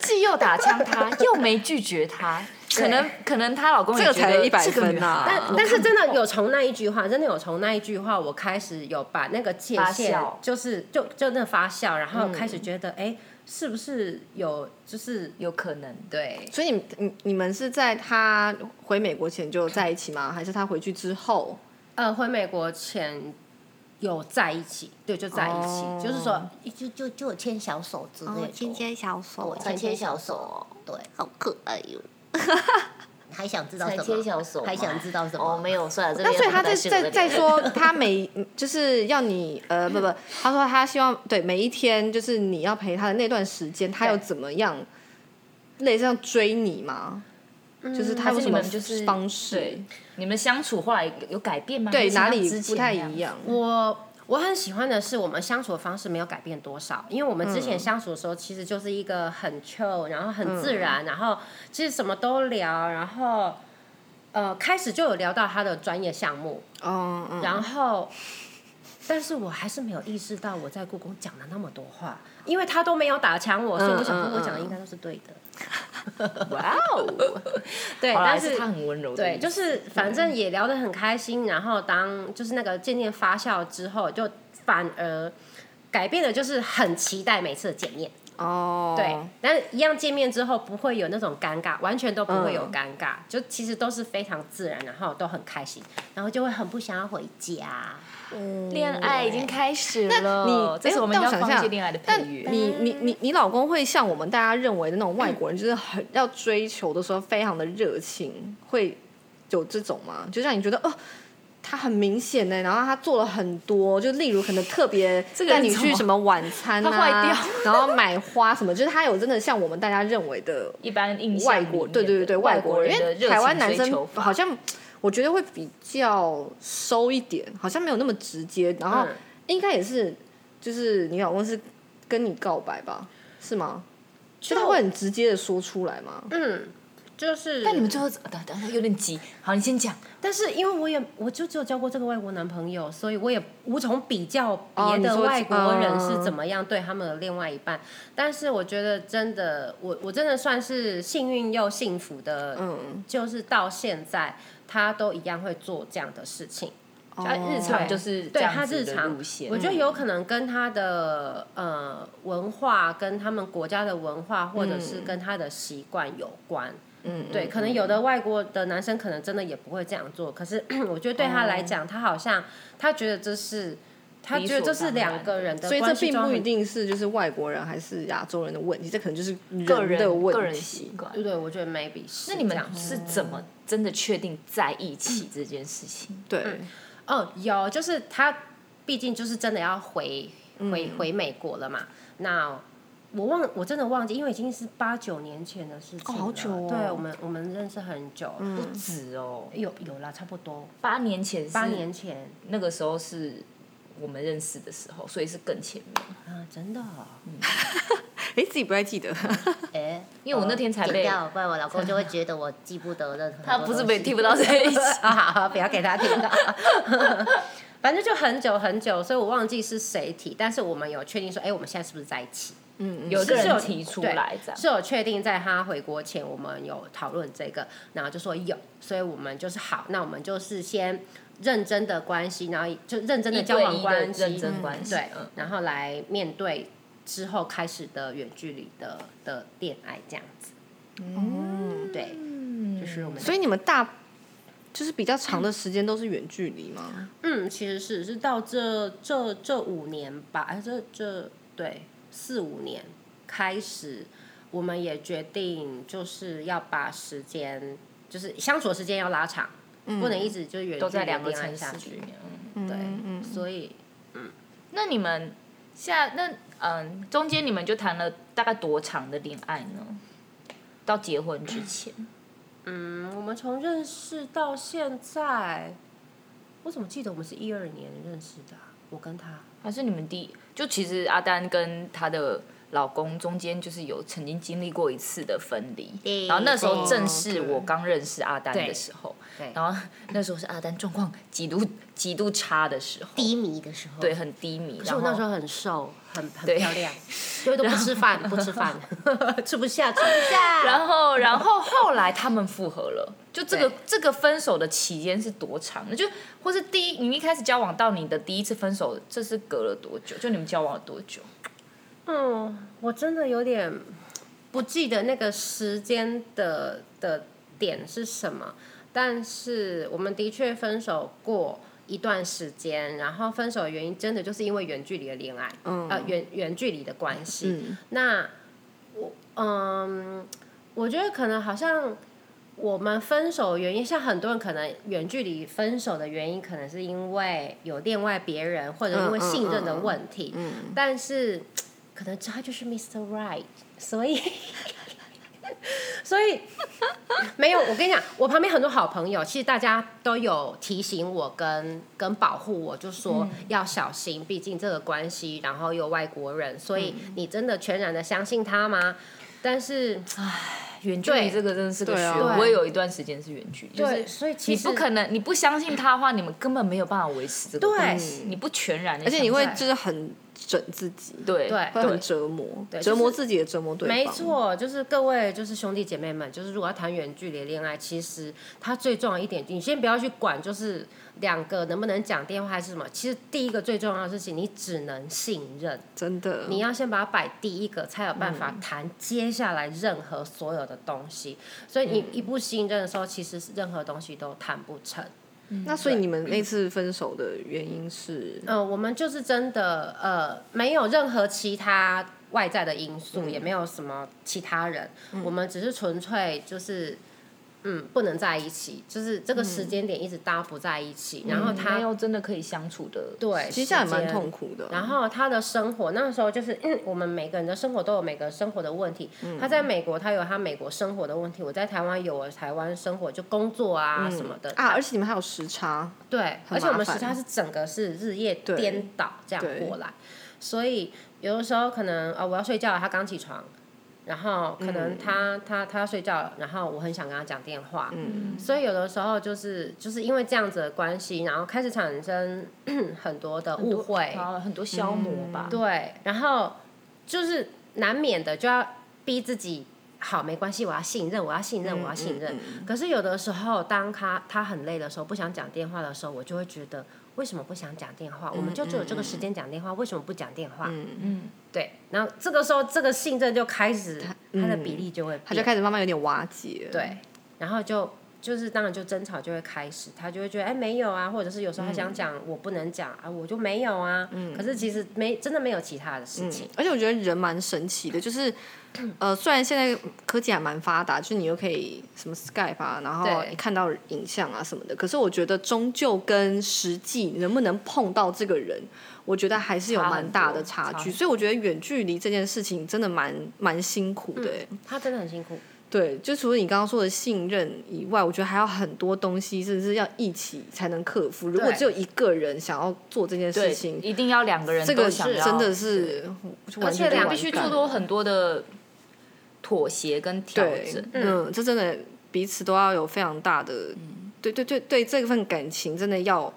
Speaker 2: 既又打 枪他，又没拒绝他，可能可能她老公也
Speaker 1: 这个
Speaker 2: 觉
Speaker 1: 才
Speaker 2: 得
Speaker 1: 100
Speaker 2: 这个女
Speaker 1: 分啊
Speaker 2: 孩
Speaker 1: 但
Speaker 2: 我
Speaker 3: 但是
Speaker 2: 看
Speaker 3: 真的有从那一句话，真的有从那一句话，我开始有把那个界
Speaker 2: 发
Speaker 3: 限
Speaker 2: 酵，
Speaker 3: 就是就就那发酵，然后开始觉
Speaker 2: 嗯
Speaker 3: 得，哎、是不是有就是
Speaker 2: 有可能
Speaker 3: 对。
Speaker 1: 所以你你你们是在他回美国前就在一起吗？还是他回去之后？
Speaker 3: 呃，回美国前有在一起，对，就在一起，
Speaker 1: 哦
Speaker 3: 就是说，就就就有牵小手之类的，
Speaker 4: 哦牵小手，
Speaker 3: 牵牵小手
Speaker 4: 哦，
Speaker 3: 对，
Speaker 4: 好可爱哟！ 还想知道什么？
Speaker 5: 才牵小手吗
Speaker 4: 还想知道什么？
Speaker 5: 哦，没有，算了，这
Speaker 1: 那
Speaker 5: 边
Speaker 1: 所以
Speaker 5: 不
Speaker 1: 他
Speaker 5: 太
Speaker 1: 在
Speaker 5: 适合
Speaker 1: 在在 说他每嗯就是要你呃不不，他说他希望对每一天就是你要陪他的那段时间，他
Speaker 3: 对
Speaker 1: 有怎么样，类似像追你吗？就是他
Speaker 2: 嗯还
Speaker 1: 有
Speaker 2: 是
Speaker 1: 什
Speaker 2: 你
Speaker 1: 么
Speaker 2: 们就是
Speaker 1: 方式
Speaker 2: 对？你们相处后来有改变吗？还
Speaker 1: 对
Speaker 2: 是像
Speaker 1: 哪里
Speaker 2: 之
Speaker 1: 不
Speaker 2: 前
Speaker 1: 太
Speaker 2: 那样
Speaker 1: 一？样？
Speaker 3: 我我很喜欢的是，我们相处的方式没有改变多少，因为我们之前相处的时候，其实就是一个很 chill，然后很自然，然后其实什么都聊，然后呃开始就有聊到他的专业项目，
Speaker 1: 哦，嗯
Speaker 3: 然后，但是我还是没有意识到我在故宫讲了那么多话，因为他都没有打枪我，所以我想
Speaker 1: 嗯嗯
Speaker 3: 说
Speaker 1: 嗯
Speaker 3: 我讲的应该都是对的。
Speaker 2: 哇哦，
Speaker 3: 对，
Speaker 2: 好啦还
Speaker 3: 但
Speaker 2: 是
Speaker 3: 是
Speaker 2: 他很温柔的意
Speaker 3: 对，
Speaker 2: 思，
Speaker 3: 就是反正也聊得很开心。然后当就是那个渐渐发酵之后，就反而改变的就是很期待每次的见面。
Speaker 1: 哦，
Speaker 3: 对，但是一样见面之后不会有那种尴尬，完全都不会有
Speaker 2: 嗯
Speaker 3: 尴尬，就其实都是非常自然，然后都很开心，然后就会很不想要回家。
Speaker 2: 恋爱已经开始了。
Speaker 1: 你
Speaker 2: 这是我
Speaker 1: 哎
Speaker 2: 们要
Speaker 1: 但我想
Speaker 2: 放一
Speaker 1: 一
Speaker 2: 些
Speaker 1: 下
Speaker 2: 恋爱的配
Speaker 1: 但
Speaker 2: 乐。
Speaker 1: 你你你你老公会像我们大家认为的那种外国人，就是很要追求的时候非常的热情，会有这种吗？就让你觉得哦。他很明显呢，然后他做了很多，就例如可能特别
Speaker 2: 这个
Speaker 1: 带
Speaker 2: 人
Speaker 1: 你
Speaker 2: 怎么
Speaker 1: 去什么晚餐
Speaker 2: 他坏
Speaker 1: 啊
Speaker 2: 掉，
Speaker 1: 然后买花什么，就是他有真的像我们大家认为的
Speaker 2: 一般印象
Speaker 1: 外
Speaker 2: 里面
Speaker 1: 国，
Speaker 2: 的
Speaker 1: 对对对对，外
Speaker 2: 外
Speaker 1: 国人，
Speaker 2: 人
Speaker 1: 因
Speaker 2: 的
Speaker 1: 为
Speaker 2: 热
Speaker 1: 台湾
Speaker 2: 情
Speaker 1: 男
Speaker 2: 追
Speaker 1: 生
Speaker 2: 求法
Speaker 1: 好像我觉得会比较收一点，好像没有那么直接。然后
Speaker 3: 嗯
Speaker 1: 应该也是，就是你老公是跟你告白吧？是吗？就他会很直接的说出来吗？
Speaker 3: 嗯，就是，
Speaker 2: 但你们最后等等等有点急，好，你先讲。
Speaker 3: 但是因为我也我就只有交过这个外国男朋友，所以我也无从比较
Speaker 1: 哦
Speaker 3: 别
Speaker 1: 你
Speaker 3: 的
Speaker 1: 说
Speaker 3: 外国人
Speaker 1: 嗯
Speaker 3: 是怎么样对他们的另外一半。但是我觉得真的，我我真的算是幸运又幸福的，
Speaker 1: 嗯，
Speaker 3: 就是到现在他都一样会做这样的事情。
Speaker 2: 他日常就是这
Speaker 3: 对
Speaker 2: 样
Speaker 3: 他
Speaker 2: 子
Speaker 3: 日
Speaker 2: 的
Speaker 3: 常
Speaker 2: 路线，嗯
Speaker 3: 我觉得有可能跟他的呃文化、跟他们国家的文化，或者
Speaker 2: 嗯
Speaker 3: 是跟他的习惯有关。
Speaker 1: 嗯，
Speaker 3: 对，可能有的外国的男生可能真的也不会这样做，可是 我觉得对他来讲，他好像他觉得这是他
Speaker 2: 哦理
Speaker 3: 觉得
Speaker 2: 所
Speaker 3: 这是
Speaker 2: 当
Speaker 3: 两
Speaker 2: 然
Speaker 3: 个人的
Speaker 1: 所以这
Speaker 3: 关系
Speaker 1: 并
Speaker 3: 中
Speaker 1: 不
Speaker 3: 很
Speaker 1: 一定是就是外国人还是亚洲人的问题，这可能就是
Speaker 2: 个
Speaker 1: 人
Speaker 2: 人
Speaker 1: 的
Speaker 2: 个
Speaker 1: 问
Speaker 2: 人
Speaker 1: 题。
Speaker 2: 习惯。
Speaker 3: 对对，我觉得 maybe 是
Speaker 2: 那你
Speaker 3: 这
Speaker 2: 们
Speaker 3: 样子
Speaker 2: 是怎么真的确定在一起这件事情？
Speaker 1: 对，
Speaker 3: 哦，有，就是他毕竟就是真的要回回、回美国了嘛。那我忘，我真的忘记，因为已经是八九年前的事
Speaker 1: 哦
Speaker 3: 情了。
Speaker 1: 好久哦
Speaker 3: 对我们我们认识很久，
Speaker 2: 不止哦，
Speaker 3: 嗯有有啦，差不多
Speaker 2: 八年前是
Speaker 3: 八年前
Speaker 2: 那个时候是我们认识的时候，所以是更前面。
Speaker 3: 啊，真的哦、
Speaker 1: 哎，自己不太记得，
Speaker 4: 哎，
Speaker 2: 因为我那天才被
Speaker 4: 剪掉，不然我老公就会觉得我记不得任何。
Speaker 2: 他不是被听不到在一起，
Speaker 3: 啊，好，不要给他听到。 反正就很久很久，所以我忘记是谁提，但是我们有确定说，哎、我们现在是不是在一起？
Speaker 2: 嗯
Speaker 1: 嗯
Speaker 2: 有一个
Speaker 3: 是有
Speaker 2: 人提出来这样。
Speaker 3: 是有确定在他回国前，我们有讨论这个，然后就说有，所以我们就是好，那我们就是先认真的关系，然后就认真的交往关
Speaker 2: 一
Speaker 3: 系，
Speaker 2: 对一的认真关系
Speaker 3: 对
Speaker 2: 嗯，
Speaker 3: 然后来面对之后开始的远距离的的恋爱这样子，嗯，对，就是
Speaker 2: 嗯
Speaker 3: 我们，
Speaker 1: 所以你们大就是比较长的时间都是远距离吗？
Speaker 3: 嗯，其实是是到这这这五年吧，哎这这对四五年开始，我们也决定就是要把时间，就是相处的时间要拉长，不能一直就是远距
Speaker 2: 都在
Speaker 3: 离
Speaker 2: 两个
Speaker 3: 恋爱
Speaker 2: 城市
Speaker 3: 下
Speaker 2: 里
Speaker 3: 去。
Speaker 2: 面。嗯
Speaker 3: 对，
Speaker 1: 嗯
Speaker 3: 所以
Speaker 2: 那你们现在那嗯，中间你们就谈了大概多长的恋爱呢？到结婚之前，
Speaker 3: 嗯，我们从认识到现在，我怎么记得我们是一二年认识的啊、我跟他。
Speaker 2: 还是你们第就其实阿丹跟她的老公中间就是有曾经经历过一次的分离，
Speaker 4: 对
Speaker 2: 然后那时候
Speaker 1: 对
Speaker 2: 正是
Speaker 1: 对
Speaker 2: 我刚认识阿丹的
Speaker 3: 对
Speaker 2: 时候
Speaker 3: 对，
Speaker 2: 然后那时候是阿丹状况极度极度差的时候，
Speaker 4: 低迷的时候，
Speaker 2: 对，，很低迷。
Speaker 3: 就
Speaker 2: 然
Speaker 3: 我那时
Speaker 2: 后
Speaker 3: 候很瘦，很很
Speaker 2: 对
Speaker 3: 漂 亮，所以都不吃饭，不吃 饭，吃不下，吃不下。
Speaker 2: 然后，然后后来他们复合了。就这个
Speaker 3: 对
Speaker 2: 这个分手的期间是多长呢？就或是第一，你们一开始交往到你的第一次分手，这是隔了多久？就你们交往了多久？
Speaker 3: 嗯，我真的有点不记得那个时间的的点是什么，但是我们的确分手过一段时间，然后分手的原因真的就是因为远距离的恋爱，
Speaker 1: 嗯
Speaker 3: 呃，远远距离的关系。
Speaker 1: 嗯
Speaker 3: 那我嗯，我觉得可能好像我们分手的原因，像很多人可能远距离分手的原因，可能是因为有恋爱别人，或者因为
Speaker 1: 嗯嗯
Speaker 3: 信任的
Speaker 1: 嗯
Speaker 3: 问题。
Speaker 1: 嗯，
Speaker 3: 但是可能他就是 Mr. Right，所以 所以没有。我跟你讲，我旁边很多好朋友，其实大家都有提醒我跟跟保护我，就说要小心，毕竟这个关系，然后又外国人，所以你真的全然的相信他吗？但是，唉，
Speaker 2: 远距离
Speaker 1: 对
Speaker 2: 这个真的是个
Speaker 1: 对
Speaker 2: 学
Speaker 1: 啊
Speaker 2: 问。
Speaker 3: 对
Speaker 2: 我也有一段时间是远距离，就是
Speaker 3: 对，所以其
Speaker 2: 你
Speaker 3: 实
Speaker 2: 不可能，你不相信他的话，你们根本没有办法维持这个
Speaker 3: 对
Speaker 2: 关系，你不全然地
Speaker 1: 而
Speaker 2: 相
Speaker 1: 且
Speaker 2: 信，
Speaker 1: 你会就是很整自己，
Speaker 2: 对
Speaker 3: 对
Speaker 1: 会很
Speaker 2: 对
Speaker 1: 折磨，
Speaker 3: 对
Speaker 1: 折磨
Speaker 3: 就是
Speaker 1: 自己也折磨对方。
Speaker 3: 没，错，就是各位就是兄弟姐妹们，就是如果要谈远距离恋爱，其实它最重要一点，你先不要去管，就是两个能不能讲电话还是什么。其实第一个最重要的事情，你只能信任，
Speaker 1: 真的。
Speaker 3: 你要先把它摆第一个，才有办法
Speaker 1: 嗯
Speaker 3: 谈接下来任何所有的东西。所以
Speaker 1: 嗯
Speaker 3: 你一不信任的时候，其实是任何东西都谈不成。
Speaker 1: 那所以你们那次分手的原因是，
Speaker 3: 嗯、我们就是真的呃，没有任何其他外在的因素，
Speaker 1: 嗯
Speaker 3: 也没有什么其他人，我们只是纯粹就是。嗯，不能在一起，就是这个
Speaker 1: 嗯
Speaker 3: 时间点一直搭不在一起，然后
Speaker 2: 嗯
Speaker 3: 他
Speaker 2: 没有真的可以相处的，
Speaker 3: 对，
Speaker 1: 其实这样也蛮
Speaker 3: 时间
Speaker 1: 痛苦的。
Speaker 3: 然后他的生活那时候就是，嗯，我们每个人的生活都有每个人生活的问题。
Speaker 1: 嗯
Speaker 3: 他在美国，他有他美国生活的问题；我在台湾有我台湾生活，就工作啊什么的。
Speaker 1: 啊，而且你们还有时差，
Speaker 3: 对，
Speaker 1: 很
Speaker 3: 而且我们
Speaker 1: 麻烦
Speaker 3: 时差是整个是日夜
Speaker 1: 对
Speaker 3: 颠倒这样
Speaker 1: 对
Speaker 3: 过来，所以有的时候可能啊、呃我要睡觉了，他刚起床，然后可能他、他他要睡觉了，然后我很想跟他讲电话，
Speaker 1: 嗯，
Speaker 3: 所以有的时候就是就是因为这样子的关系，然后开始产生 很多的误会，
Speaker 2: 然后很多消
Speaker 1: 嗯
Speaker 2: 磨吧，
Speaker 3: 对，然后就是难免的就要逼自己，好，没关系，我要信任，我要信任，我要信任。可是有的时候，当他他很累的时候，不想讲电话的时候，我就会觉得，为什么不想讲电话？我们就只有这个时间讲电话，为什么不讲电话？
Speaker 2: 嗯，
Speaker 3: 对，然后这个时候，这个信任就开始，它的比例就会
Speaker 1: 他就
Speaker 3: 变，
Speaker 1: 开始慢慢有点瓦解。，
Speaker 3: 对，然后就。就是当然就争吵就会开始，他就会觉得哎、没有啊，或者是有时候他想讲、我不能讲啊，我就没有啊。可是其实没真的没有其他的事情。
Speaker 1: 而且我觉得人蛮神奇的， 就是，呃，虽然现在科技还蛮发达，就是你又可以什么 Skype 啊，然后
Speaker 3: 对
Speaker 1: 你看到影像啊什么的，可是我觉得终究跟实际能不能碰到这个人，我觉得还是有
Speaker 2: 差很
Speaker 1: 蛮大的
Speaker 2: 多
Speaker 1: 差
Speaker 2: 差
Speaker 1: 距。
Speaker 2: 很
Speaker 1: 所以我觉得远距离这件事情真的蛮蛮辛苦的欸、
Speaker 3: 他真的很辛苦。
Speaker 1: 对，就除了你刚刚说的信任以外，我觉得还有很多东西，甚至是要一起才能克服。如果
Speaker 3: 对
Speaker 1: 只有一个人想要做这件
Speaker 2: 对
Speaker 1: 事，情，
Speaker 2: 一定要两个人
Speaker 1: 这
Speaker 2: 都
Speaker 1: 个
Speaker 2: 想
Speaker 1: 是
Speaker 2: 要
Speaker 1: 真的是完
Speaker 3: 而且
Speaker 1: 全不
Speaker 3: 两
Speaker 1: 完
Speaker 2: 必须
Speaker 1: 蛋
Speaker 2: 做多很多的妥协跟调
Speaker 1: 对
Speaker 2: 整，，
Speaker 1: 嗯，这真的彼此都要有非常大的，
Speaker 2: 嗯
Speaker 1: 对对对对，这份感情真的要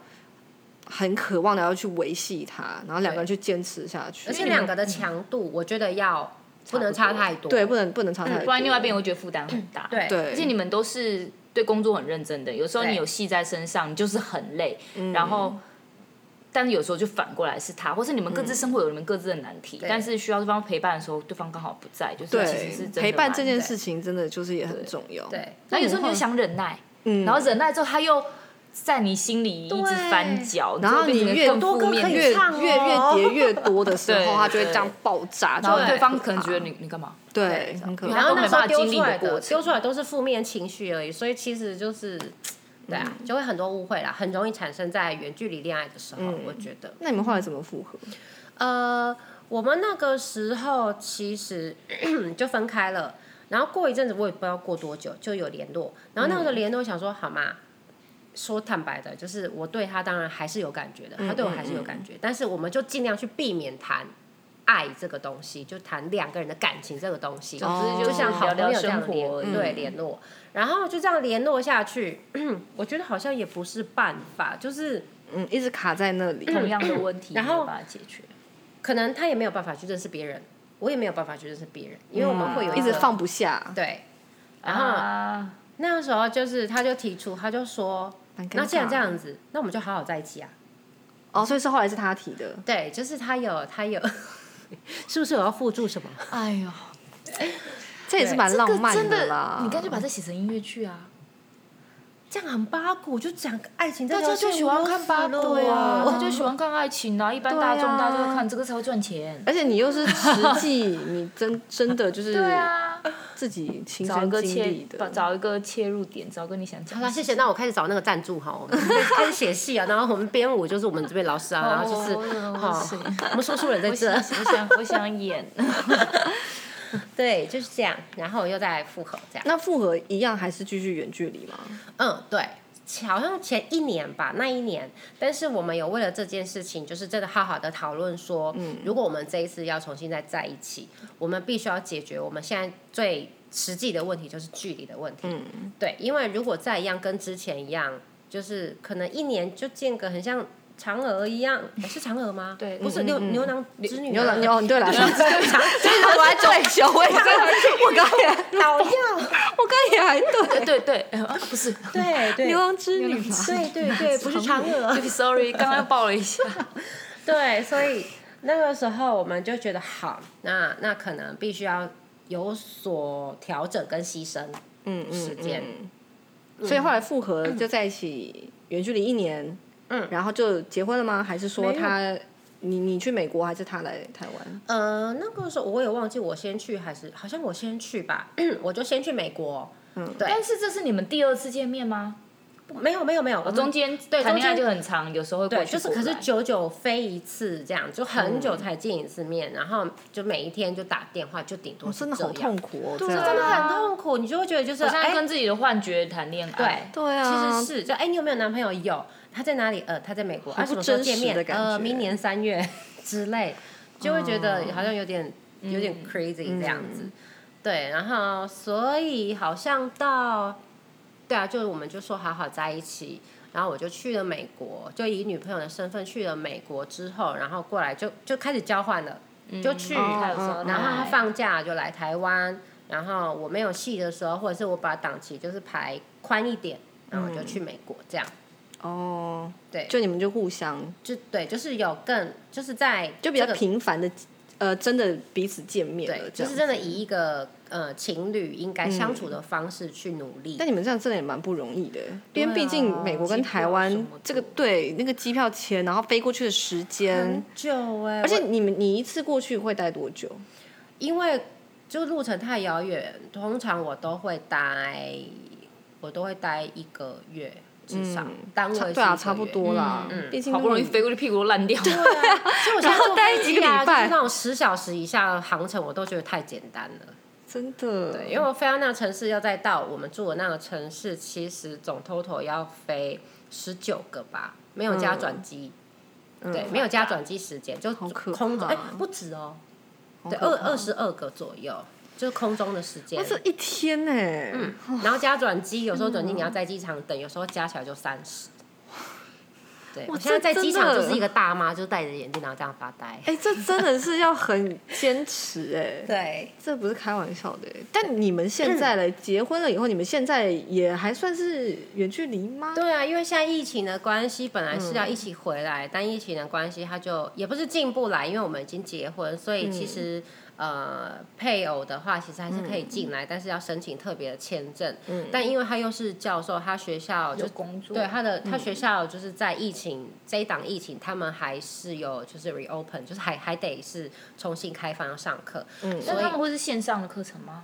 Speaker 1: 很渴望的要去维系它，然后两个人去坚持下去，
Speaker 3: 而且两个的强度，我觉得要不能差太多。
Speaker 1: 对不能不能常常
Speaker 2: 嗯不然另外一边我觉得负担很大。
Speaker 3: 对
Speaker 1: 对，
Speaker 2: 而且你们都是对工作很认真的，有时候你
Speaker 3: 对
Speaker 2: 有戏在身上，你就是很累，
Speaker 1: 嗯
Speaker 2: 然后。但是有时候就反过来是他，或是你们各
Speaker 1: 嗯
Speaker 2: 自生活有你们各自的难题，
Speaker 3: 对
Speaker 2: 但是需要对方陪伴的时候，对方刚好不在，就是其实是
Speaker 1: 对
Speaker 2: 真的
Speaker 1: 陪伴
Speaker 2: 蛮
Speaker 1: 这件
Speaker 2: 累
Speaker 1: 事情真的就是也很重要，
Speaker 3: 对，
Speaker 2: 然后有时
Speaker 1: 那
Speaker 2: 候你
Speaker 1: 你
Speaker 2: 又
Speaker 1: 会
Speaker 2: 想忍耐，
Speaker 1: 嗯，
Speaker 2: 然后忍耐之后他又在你心里一直翻搅，
Speaker 1: 然后
Speaker 2: 就
Speaker 1: 你
Speaker 2: 变成
Speaker 1: 越
Speaker 2: 更
Speaker 1: 多
Speaker 2: 负
Speaker 1: 歌越
Speaker 2: 面
Speaker 3: 可以
Speaker 1: 越
Speaker 3: 唱哦
Speaker 1: 越叠越多的 时
Speaker 2: 对
Speaker 1: 候，它就会这样
Speaker 2: 对
Speaker 1: 爆炸，
Speaker 2: 然后
Speaker 1: 就
Speaker 2: 对
Speaker 1: 很
Speaker 2: 方
Speaker 1: 可
Speaker 2: 可能
Speaker 1: 怕
Speaker 2: 觉得你你干嘛？
Speaker 1: 对很可
Speaker 2: 然
Speaker 1: 怕。
Speaker 3: 然后那时候
Speaker 2: 都没办法
Speaker 3: 丢
Speaker 2: 经历
Speaker 3: 出来
Speaker 2: 的过
Speaker 3: 的
Speaker 2: 程
Speaker 3: 丢出来都是负面情绪而已，所以其实就是，对啊，就会很多误会啦，很容易产生在远距离恋爱的时候，我觉得。
Speaker 1: 那你们后来怎么复合？
Speaker 3: 呃，我们那个时候其实 就分开了，然后过一阵子我也不知道过多久就有联络，然后那个时候联络想说好嘛，说坦白的，就是我对他当然还是有感觉的，他对我还是有感觉，但是我们就尽量去避免谈爱这个东西，就谈两个人的感情这个东西，
Speaker 1: 哦
Speaker 2: 总之
Speaker 3: 就像
Speaker 2: 是
Speaker 3: 好
Speaker 2: 聊
Speaker 3: 朋
Speaker 2: 聊
Speaker 3: 友这样
Speaker 2: 生
Speaker 3: 联
Speaker 2: 活而已，
Speaker 3: 对联络，然后就这样联络下去， 我觉得好像也不是办法，就是。
Speaker 1: 嗯，一直卡在那里。
Speaker 2: 同样的 问题，
Speaker 3: 然后
Speaker 2: 没有办法解决。
Speaker 3: 可能他也没有办法去认识别人，我也没有办法去认识别人，因为我们会有
Speaker 1: 嗯一直
Speaker 3: 个
Speaker 1: 放不下，
Speaker 3: 对。然后
Speaker 2: 啊，
Speaker 3: 那时候就是他就提出，他就说
Speaker 1: 蛮尴尬，
Speaker 3: 那既然这样子，那我们就好好在一起啊。
Speaker 1: 哦，所以是后来是他提的，
Speaker 3: 对，就是他有他有， 是不是有要附注什么？
Speaker 2: 哎呦，
Speaker 1: 这也是蛮浪漫
Speaker 2: 这个真
Speaker 1: 啦。
Speaker 2: 你干脆把这写成音乐剧啊！
Speaker 3: 这样很八股，就讲爱情这
Speaker 2: 大
Speaker 3: 条
Speaker 2: 家
Speaker 3: 线
Speaker 2: 就喜欢看八卦
Speaker 3: 无聊死了
Speaker 2: 啊，他就喜欢看爱情啊，一般大众
Speaker 1: 对啊
Speaker 2: 大家都会看这个才会赚钱。
Speaker 1: 而且你又是实际，你真真的就是
Speaker 2: 对啊，
Speaker 1: 自己亲
Speaker 2: 找一
Speaker 1: 身
Speaker 2: 个
Speaker 1: 经历的
Speaker 2: 切，把，找一个切入点，找一个你想讲
Speaker 3: 好
Speaker 2: 的
Speaker 3: 了，谢谢。那我开始找那个赞助哈，我们开始写戏啊，然后我们编舞就是我们这边老师啊， 然后就是
Speaker 2: 哦
Speaker 3: 哦
Speaker 2: 是
Speaker 3: 我们说书人 在
Speaker 2: 我
Speaker 3: 这
Speaker 2: 想，，我想，我想演。
Speaker 3: 对，就是这样，然后又再复合这样。
Speaker 1: 那复合一样还是继续远距离吗？
Speaker 3: 嗯，对，好像前一年吧，那一年，但是我们有为了这件事情，就是真的好好的讨论说，如果我们这一次要重新再在一起，我们必须要解决我们现在最实际的问题就是距离的问题。对，因为如果再一样跟之前一样，就是可能一年就间隔很像嫦娥一样，诶是嫦娥吗？
Speaker 2: 对
Speaker 3: 不是牛牛郎织女啊，
Speaker 1: 牛郎哦牛对了，
Speaker 2: 我还 中
Speaker 1: 对小薇，我刚也
Speaker 3: 老药，
Speaker 1: 我刚也还对，
Speaker 2: 对对， 哎啊不是
Speaker 3: 对对
Speaker 1: 牛郎织女嘛，
Speaker 3: 对对对， 不是嫦娥，
Speaker 2: 对，sorry，刚刚爆了一下，
Speaker 3: 对，所以那个时候我们就觉得好，那那可能必须要有所调整跟牺牲。
Speaker 1: 嗯嗯
Speaker 3: 时间
Speaker 1: 嗯嗯所以后来复合就在一起，远距离一年，
Speaker 3: 嗯
Speaker 1: 然后就结婚了吗？还是说
Speaker 3: 没有
Speaker 1: 他你你去美国，还是他来台湾？
Speaker 3: 呃，那个时候我也忘记我先去还是好像我先去吧， 我就先去美国。
Speaker 2: 但是这是你们第二次见面吗？
Speaker 3: 没有没有没
Speaker 1: 哦
Speaker 3: 有，我
Speaker 2: 我
Speaker 3: 们
Speaker 2: 中间
Speaker 3: 对
Speaker 2: 嗯谈
Speaker 3: 中
Speaker 2: 恋爱
Speaker 3: 间
Speaker 2: 就很长，有时候会过
Speaker 3: 对，
Speaker 2: 去
Speaker 3: 就是
Speaker 2: 过
Speaker 3: 可是
Speaker 2: 来
Speaker 3: 久久飞一次这样，就很
Speaker 1: 嗯
Speaker 3: 久才见一次面，然后就每一天就打电话，就顶多
Speaker 1: 哦
Speaker 3: 是
Speaker 1: 真的好
Speaker 3: 这样
Speaker 1: 痛苦哦，真
Speaker 3: 真的很痛苦，你就会觉得就是
Speaker 2: 好像
Speaker 3: 哎，
Speaker 2: 跟自己的幻觉谈恋爱。
Speaker 1: 对啊，
Speaker 3: 其实是就哎，你有没有男朋友？有，他在哪里？呃，他在美国，啊，
Speaker 1: 不
Speaker 3: 什么时候
Speaker 1: 真实
Speaker 3: 见面
Speaker 1: 的？感
Speaker 3: 呃，
Speaker 1: 觉
Speaker 3: 明年三月之类，就会觉得好像有点、有点
Speaker 1: 哦
Speaker 3: crazy 这样子。
Speaker 1: 嗯
Speaker 3: 对，然后所以好像到，对啊，就是我们就说好好在一起，然后我就去了美国，就以女朋友的身份去了美国之后，然后过来就就开始交换了，就去。
Speaker 1: 哦
Speaker 2: 他有时候
Speaker 1: 嗯
Speaker 3: 然后
Speaker 2: 来
Speaker 3: 他放假就来台湾，然后我没有戏的时候，或者是我把档期就是排宽一点，然后我就去美国这样。
Speaker 1: 哦，
Speaker 3: 对，
Speaker 1: 就你们就互相
Speaker 3: 就对，就是有更就是在
Speaker 1: 就比较
Speaker 3: 这个
Speaker 1: 频繁的，呃，真的彼此见面了
Speaker 3: 对，，
Speaker 1: 这
Speaker 3: 就
Speaker 1: 样
Speaker 3: 是真的以一个呃情侣应该相处的方式去努力。
Speaker 1: 但你们这样真的也蛮不容易的，
Speaker 3: 对
Speaker 1: 因
Speaker 3: 啊
Speaker 1: 为毕竟美国跟
Speaker 2: 机票
Speaker 1: 台
Speaker 2: 什么
Speaker 1: 湾
Speaker 2: 的
Speaker 1: 这个对那个机票钱，然后飞过去的时间
Speaker 3: 很，久哎、
Speaker 1: 而且
Speaker 3: 我
Speaker 1: 你们你一次过去会待多久？
Speaker 3: 因为就路程太遥远，通常我都会待，我都会待一个月至少，单位
Speaker 1: 差
Speaker 3: 是
Speaker 1: 对啊，
Speaker 3: 一个
Speaker 1: 差不
Speaker 3: 月
Speaker 1: 多啦
Speaker 2: 嗯，
Speaker 1: 毕竟
Speaker 2: 好不容易
Speaker 1: 那种
Speaker 2: 飞过去，屁股都烂掉。
Speaker 3: 对啊，所以我现在坐飞机啊，
Speaker 1: 然后待一个礼拜
Speaker 3: 就是那种十小时以下的航程，我都觉得太简单了。
Speaker 1: 真的，
Speaker 3: 对，因为我飞到那个城市，要再到我们住的那个城市，其实总 total 要飞十九个吧，没有加转机。对，没有加转机时间，就
Speaker 1: 嗯好可怕
Speaker 3: 空中哎、不止哦，
Speaker 1: 好
Speaker 3: 对，
Speaker 1: 可
Speaker 3: 二
Speaker 1: 怕
Speaker 3: 二，十二个左右，就是空中的时间
Speaker 1: 那。哦是一天欸呢，
Speaker 3: 然后加转机，有时候转机你要
Speaker 1: 嗯
Speaker 3: 在机场等，有时候加起来就三十。对，
Speaker 1: 哇
Speaker 3: 我现在在
Speaker 1: 这
Speaker 3: 机
Speaker 1: 真
Speaker 3: 场
Speaker 1: 的
Speaker 3: 就是一个大妈，就戴着眼镜然后这样发呆。
Speaker 1: 哎，这真的是要很坚持哎，
Speaker 3: 对，
Speaker 1: 这不是开玩笑的。欸但你们现在嘞，结婚了以后，你们现在也还算是远距离吗？
Speaker 3: 对啊，因为现在疫情的关系，本来是要一起回来，但疫情的关系，他就也不是进不来，因为我们已经结婚，所以其实、呃，配偶的话其实还是可以进来，但是要申请特别的签证。但因为他又是教授，他学校就
Speaker 2: 有工作
Speaker 3: 对他的他学校就是在疫情、这一档疫情，他们还是有就是 reopen，就是还还得是重新开放要上课。
Speaker 2: 那他们会是线上的课程吗？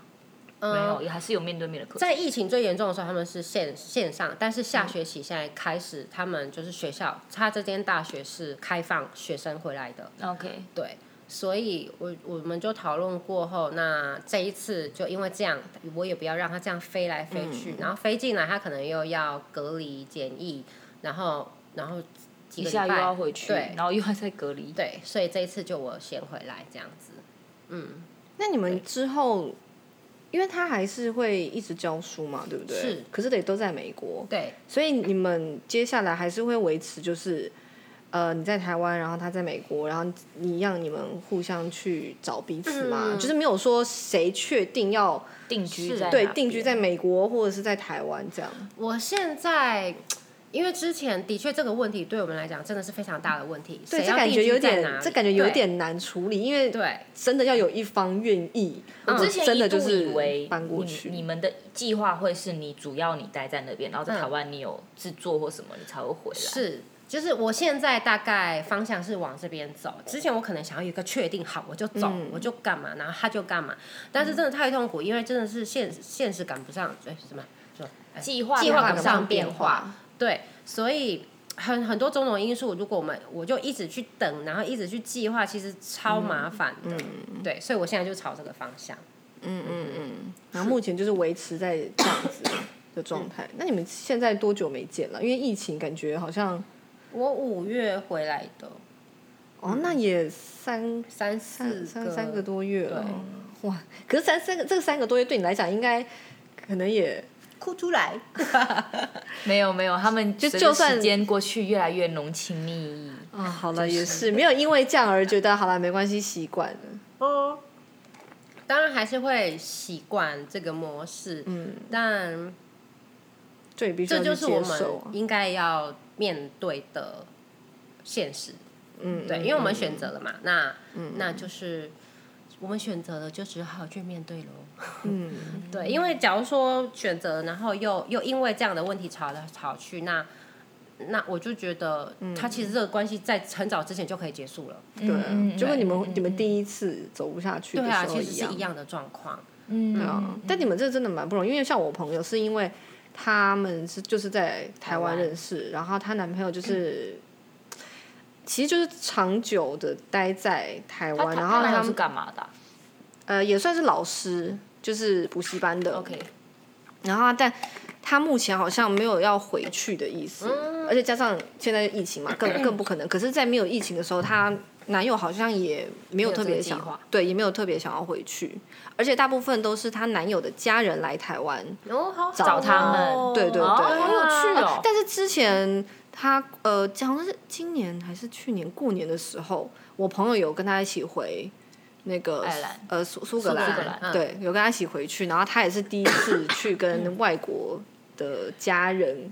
Speaker 2: 没
Speaker 3: 嗯
Speaker 2: 有，也还是有面对面的课程。
Speaker 3: 在疫情最严重的时候，他们是线线上，但是下学期现在开始，他们就是学校，他这间大学是开放学生回来的，
Speaker 2: OK，
Speaker 3: 对，所以我我们就讨论过后，那这一次就因为这样，我也不要让他这样飞来飞
Speaker 2: 嗯
Speaker 3: 去，然后飞进来，他可能又要隔离检疫，然后然后几
Speaker 2: 一
Speaker 3: 个
Speaker 2: 下
Speaker 3: 礼
Speaker 2: 又
Speaker 3: 拜
Speaker 2: 要回去，
Speaker 3: 对
Speaker 2: 然后又要再隔离。
Speaker 3: 对，所以这一次就我先回来这样子，
Speaker 1: 那你们之后，因为他还是会一直教书嘛，对不对？
Speaker 3: 是。
Speaker 1: 可是得都在美国，
Speaker 3: 对，
Speaker 1: 所以你们接下来还是会维持就是。呃，你在台湾，然后他在美国，然后你一样，你们互相去找彼此嘛，
Speaker 3: 嗯
Speaker 1: 就是没有说谁确定要
Speaker 2: 定居
Speaker 3: 是
Speaker 2: 在
Speaker 1: 对
Speaker 2: 哪
Speaker 1: 定居
Speaker 2: 边
Speaker 1: 在美国或者是在台湾这样。
Speaker 3: 我现在。因为之前的确这个问题对我们来讲真的是非常大的问题，
Speaker 1: 对，
Speaker 3: 谁
Speaker 1: 这
Speaker 3: 要
Speaker 1: 感
Speaker 3: 定
Speaker 1: 觉
Speaker 3: 居
Speaker 1: 有
Speaker 3: 在哪
Speaker 1: 点，
Speaker 3: 里
Speaker 1: 这感觉有
Speaker 3: 对
Speaker 1: 点难处理，因为
Speaker 3: 对，
Speaker 1: 真的要有一方愿意，
Speaker 2: 我
Speaker 1: 或者
Speaker 2: 之前
Speaker 1: 真
Speaker 2: 一
Speaker 1: 的
Speaker 2: 度
Speaker 1: 就
Speaker 2: 以
Speaker 1: 是
Speaker 2: 为
Speaker 1: 搬过去
Speaker 2: 你你们的计划会是你主要你待在那边，然后在
Speaker 3: 嗯
Speaker 2: 台湾你有制作或什么，你才会回来。
Speaker 3: 是，就是我现在大概方向是往这边走。之前我可能想要有一个确定，好，我就走，
Speaker 1: 嗯
Speaker 3: 我就干嘛，然后他就干嘛。但是真的太痛苦，因为真的是现
Speaker 1: 嗯
Speaker 3: 现实赶不上，哎，什么什么哎
Speaker 2: 计划
Speaker 3: 计划赶
Speaker 2: 不
Speaker 3: 不
Speaker 2: 上
Speaker 3: 上
Speaker 2: 变
Speaker 3: 变
Speaker 2: 化
Speaker 3: 化，对，所以很很多种种因素，如果我们我就一直去等，然后一直去计划，其实超
Speaker 1: 嗯
Speaker 3: 麻烦的。对，所以我现在就朝这个方向。
Speaker 1: 然后目前就是维持在这样子的状态。那你们现在多久没见了？因为疫情，感觉好像
Speaker 3: 我五月回来的，
Speaker 1: 哦，那也三
Speaker 3: 三
Speaker 1: 三
Speaker 3: 四
Speaker 1: 三三个多月了。哇！可是三三个这三个多月对你来讲，应该可能也
Speaker 4: 哭出来，
Speaker 2: 没有没有，他们
Speaker 1: 就
Speaker 2: 随着
Speaker 1: 就算
Speaker 2: 时间过去越来越浓情蜜意。
Speaker 1: 啊，好了，也是没有因为这样而觉得好了，没关系，习惯了。
Speaker 3: 哦，当然还是会习惯这个模式，
Speaker 1: 嗯，
Speaker 3: 但
Speaker 1: 就也必须
Speaker 3: 这
Speaker 1: 要
Speaker 3: 就是我
Speaker 1: 去接受啊
Speaker 3: 们应该要面对的现实。
Speaker 1: 嗯，
Speaker 3: 对，
Speaker 1: 嗯
Speaker 3: 因为我们选择了嘛，那、那就是我们选择了，就只好去面对喽。
Speaker 1: 嗯
Speaker 3: 对，因为假如说选择，然后又又因为这样的问题吵来吵去，那那我就觉得，
Speaker 1: 嗯
Speaker 3: 他其实这个关系在很早之前就可以结束了。
Speaker 1: 对啊
Speaker 2: 嗯，
Speaker 1: 就跟你
Speaker 2: 嗯
Speaker 1: 们
Speaker 2: 嗯
Speaker 1: 你们第一次走不下去的
Speaker 3: 对啊，
Speaker 1: 时候
Speaker 3: 其实
Speaker 1: 一
Speaker 3: 是
Speaker 1: 样
Speaker 3: 一。样的状况。
Speaker 2: 嗯，
Speaker 1: 对啊，但你们这真的蛮不容易，因为像我朋友是因为他们是就是在台湾认识，然后她男朋友就是。 其实就是长久的待在台
Speaker 2: 他
Speaker 1: 湾，
Speaker 2: 他
Speaker 1: 然后
Speaker 2: 他男
Speaker 1: 他
Speaker 2: 友是
Speaker 1: 们
Speaker 2: 干嘛的啊
Speaker 1: 呃也算是老师，就是补习班的。
Speaker 2: ？OK，
Speaker 1: 然后啊但他目前好像没有要回去的意思，
Speaker 2: 嗯
Speaker 1: 而且加上现在疫情嘛，更更不可能。可是，在没有疫情的时候，她男友好像也没有特别想
Speaker 2: 没有这个计划，
Speaker 1: 对，也没有特别想要回去，而且大部分都是她男友的家人来台湾，
Speaker 3: 哦，好
Speaker 1: 找
Speaker 2: 找他们，
Speaker 1: 对对对
Speaker 2: 哦好有趣哦。
Speaker 1: 但是之前他呃，好像是今年还是去年过年的时候，我朋友有跟他一起回那个
Speaker 2: 爱尔兰
Speaker 1: 呃苏苏格兰，
Speaker 2: 苏格兰
Speaker 3: 嗯
Speaker 1: 对，有跟他一起回去，然后他也是第一次去跟外国的家 人。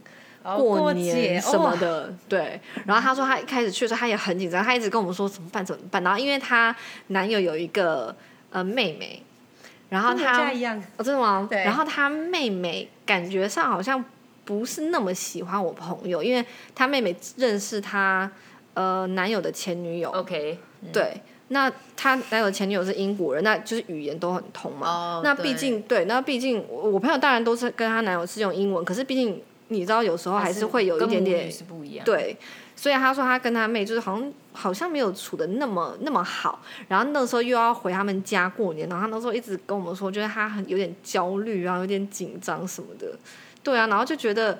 Speaker 1: 过年什
Speaker 3: 哦
Speaker 1: 么的，对。然后他说他一开始去的时候他也很紧张，他一直跟我们说怎么办怎么办。然后因为她男友有一个呃妹妹，然后
Speaker 3: 跟我
Speaker 1: 她
Speaker 3: 家一样。
Speaker 1: 哦，真的吗？
Speaker 3: 对
Speaker 1: 然后她妹妹感觉上好像不是那么喜欢我朋友，因为她妹妹认识她呃男友的前女友。
Speaker 2: OK，
Speaker 1: 对，那她男友的前女友是英国人，那就是语言都很通嘛。
Speaker 3: 哦
Speaker 1: 那
Speaker 3: 对
Speaker 1: 毕竟对，那毕竟我我朋友当然都是跟她男友是用英文，可是毕竟你知道有时候还是会有一
Speaker 2: 跟
Speaker 1: 点
Speaker 2: 母
Speaker 1: 点
Speaker 2: 语是不一样。，
Speaker 1: 对，所以他说他跟他妹就是好像好像没有处的那么那么好，然后那时候又要回他们家过年，然后他那时候一直跟我们说，就是他很有点焦虑啊，有点紧张什么的，对啊，然后就觉得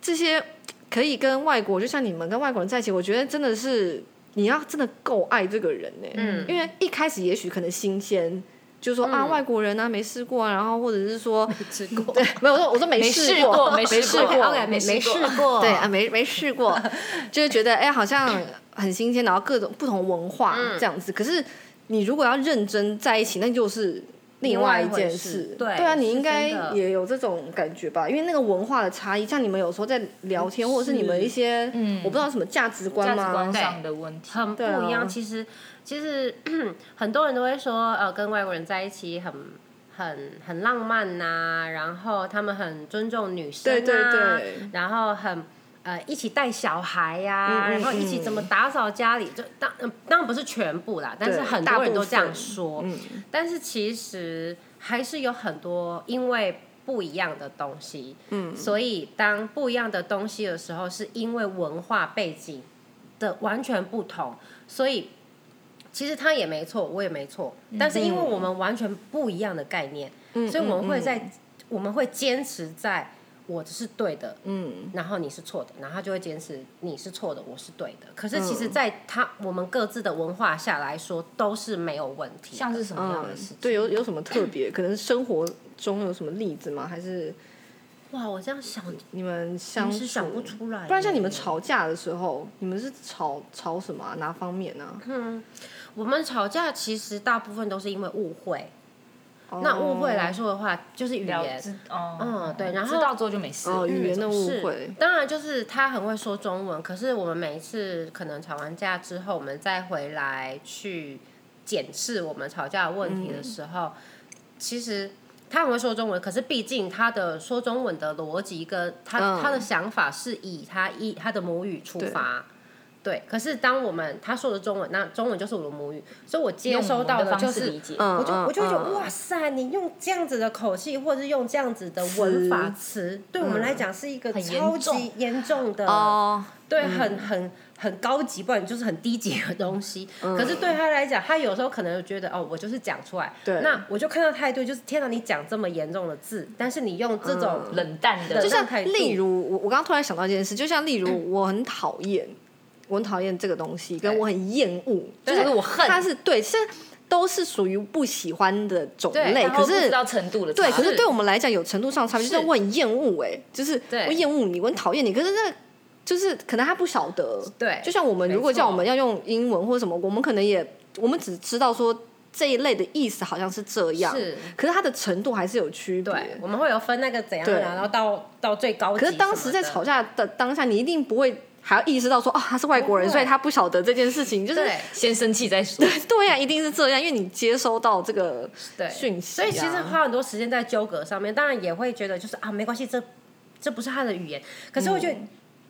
Speaker 1: 这些可以跟外国，就像你们跟外国人在一起，我觉得真的是你要真的够爱这个人呢、
Speaker 3: 嗯
Speaker 1: 因为一开始也许可能新鲜。就说啊，
Speaker 3: 嗯
Speaker 1: 外国人啊，没试过啊，然后或者是说，
Speaker 3: 吃过，
Speaker 1: 对，没有，我说我说没
Speaker 2: 没
Speaker 1: 试
Speaker 2: 试过，
Speaker 1: 没
Speaker 2: 试
Speaker 1: 试
Speaker 2: 过
Speaker 1: 过，
Speaker 2: ，OK，
Speaker 3: 没
Speaker 2: 试过。
Speaker 3: 试过。
Speaker 1: 对啊，，没没试过， 就是觉得哎、好像很新鲜，然后各种不同文化
Speaker 3: 嗯
Speaker 1: 这样子。可是你如果要认真在一起，那就是另外一件事。
Speaker 3: 另外一回事对
Speaker 1: 啊，
Speaker 3: 是
Speaker 1: 你应该
Speaker 3: 真的
Speaker 1: 也有这种感觉吧？因为那个文化的差异，像你们有时候在聊天，
Speaker 3: 嗯
Speaker 1: 或者是你们一些
Speaker 2: 嗯
Speaker 1: 我不知道什么价值观啊
Speaker 2: 价值
Speaker 1: 吗
Speaker 2: 观？上的问题，
Speaker 3: 很不
Speaker 1: 对
Speaker 3: 一样。
Speaker 1: 啊
Speaker 3: 其实其实 很多人都会说，呃，跟外国人在一起很很很浪漫呐、然后他们很尊重女生、啊，
Speaker 1: 对对对，
Speaker 3: 然后很。呃，一起带小孩呀、
Speaker 1: 嗯嗯
Speaker 3: 然后一起怎么打扫家里，就当呃当然不是全部啦，但是
Speaker 1: 对
Speaker 3: 很
Speaker 1: 大
Speaker 3: 多人
Speaker 1: 部
Speaker 3: 都这样
Speaker 1: 分
Speaker 3: 说。
Speaker 1: 嗯，
Speaker 3: 但是其实还是有很多因为不一样的东西，嗯，所以当不一样的东西的时候，是因为文化背景的完全不同，所以其实他也没错，我也没错，
Speaker 1: 嗯
Speaker 3: 但是因为我们完全不一样的概念，所以
Speaker 1: 嗯
Speaker 3: 我们会在、我们会坚持在我是对的，
Speaker 1: 嗯，
Speaker 3: 然后你是错的，然后他就会坚持你是错的，我是对的。可是其实，在他、我们各自的文化下来说，都是没有问题的。
Speaker 2: 像是什么
Speaker 1: 嗯
Speaker 2: 样的事情？
Speaker 1: 对，有有什么特别？可能生活中有什么例子吗？还是
Speaker 3: 哇，我这样想，
Speaker 1: 你们相处
Speaker 3: 临时想不出来。
Speaker 1: 不然像你们，吵架的时候，你们是吵吵什么、啊？哪方面呢、
Speaker 3: 我们吵架其实大部分都是因为误会。
Speaker 1: 哦
Speaker 3: 那误会来说的话，就是语
Speaker 2: 了
Speaker 3: 言。
Speaker 2: 知哦，
Speaker 3: 嗯对然后
Speaker 2: 知道之后就没事。
Speaker 1: 哦，语言的误
Speaker 3: 是
Speaker 1: 会，，
Speaker 3: 当然就是他很会说中文，可是我们每一次可能吵完架之后，我们再回来去检视我们吵架的问题的时候，
Speaker 2: 嗯
Speaker 3: 其实他很会说中文，可是毕竟他的说中文的逻辑跟他、
Speaker 1: 嗯
Speaker 3: 他的想法是以他一他的母语出发。对，可是当我们他说的中文，那中文就是我的母语，所以我
Speaker 2: 嗯
Speaker 3: 接
Speaker 2: 用我
Speaker 3: 收
Speaker 2: 们
Speaker 3: 到
Speaker 2: 的
Speaker 3: 的
Speaker 2: 方
Speaker 3: 就
Speaker 2: 式
Speaker 3: 是
Speaker 2: 理解
Speaker 1: 嗯
Speaker 3: 我就
Speaker 1: 嗯
Speaker 3: 我就会觉得
Speaker 1: 嗯
Speaker 3: 哇塞，你用这样子的口气，或是用这样子的文法词，对我们来讲是一个
Speaker 1: 嗯
Speaker 2: 很严
Speaker 3: 超级
Speaker 2: 重
Speaker 3: 严重的，
Speaker 1: 哦，
Speaker 3: 对，很很很高级，不然就是很低级的东西。
Speaker 1: 嗯
Speaker 3: 可是对他来讲，他有时候可能觉得哦，我就是讲出来，
Speaker 1: 对
Speaker 3: 那我就看到态度就是天哪，你讲这么严重的字，但是你用这种
Speaker 1: 嗯
Speaker 2: 冷淡的，
Speaker 1: 就
Speaker 3: 这
Speaker 1: 像
Speaker 3: 种态度
Speaker 1: 例如我，我刚刚突然想到一件事，就像例如我很讨厌，我很讨厌这个东西，跟我很厌恶，就
Speaker 2: 对
Speaker 1: 是
Speaker 2: 我恨
Speaker 1: 它是对，是都是属于不喜欢的种
Speaker 2: 对，
Speaker 1: 类，
Speaker 2: 然后
Speaker 1: 可
Speaker 2: 不
Speaker 1: 是
Speaker 2: 知道程度的差
Speaker 1: 对，
Speaker 2: 异，
Speaker 1: 可是对我们来讲有程度上的差别，就是是我很厌恶哎，就是
Speaker 2: 对
Speaker 1: 我厌恶你，我很讨厌你，可是那就是可能他不晓得，
Speaker 2: 对
Speaker 1: 就像我们
Speaker 2: 没
Speaker 1: 如果叫
Speaker 2: 错
Speaker 1: 我们要用英文或者什么，我们可能也我们只知道说这一类的意思好像是这样，
Speaker 2: 是
Speaker 1: 可是它的程度还是有区
Speaker 3: 对
Speaker 1: 别，。
Speaker 3: 我们会有分那个怎样，
Speaker 1: 对
Speaker 3: 然后到到最高级
Speaker 1: 可
Speaker 3: 什么的。
Speaker 1: 是当时在吵架的当下，你一定不会还要意识到说啊他是外国人，
Speaker 3: 不会
Speaker 1: 所以他不晓得这件事情，就是
Speaker 3: 对
Speaker 2: 先生气 再说，
Speaker 1: 对呀、一定是这样，因为你接收到这个
Speaker 2: 对
Speaker 1: 讯息、啊，
Speaker 3: 所以其实花很多时间在纠葛上面，当然也会觉得就是啊，没关系，这这不是他的语言。可是我觉得、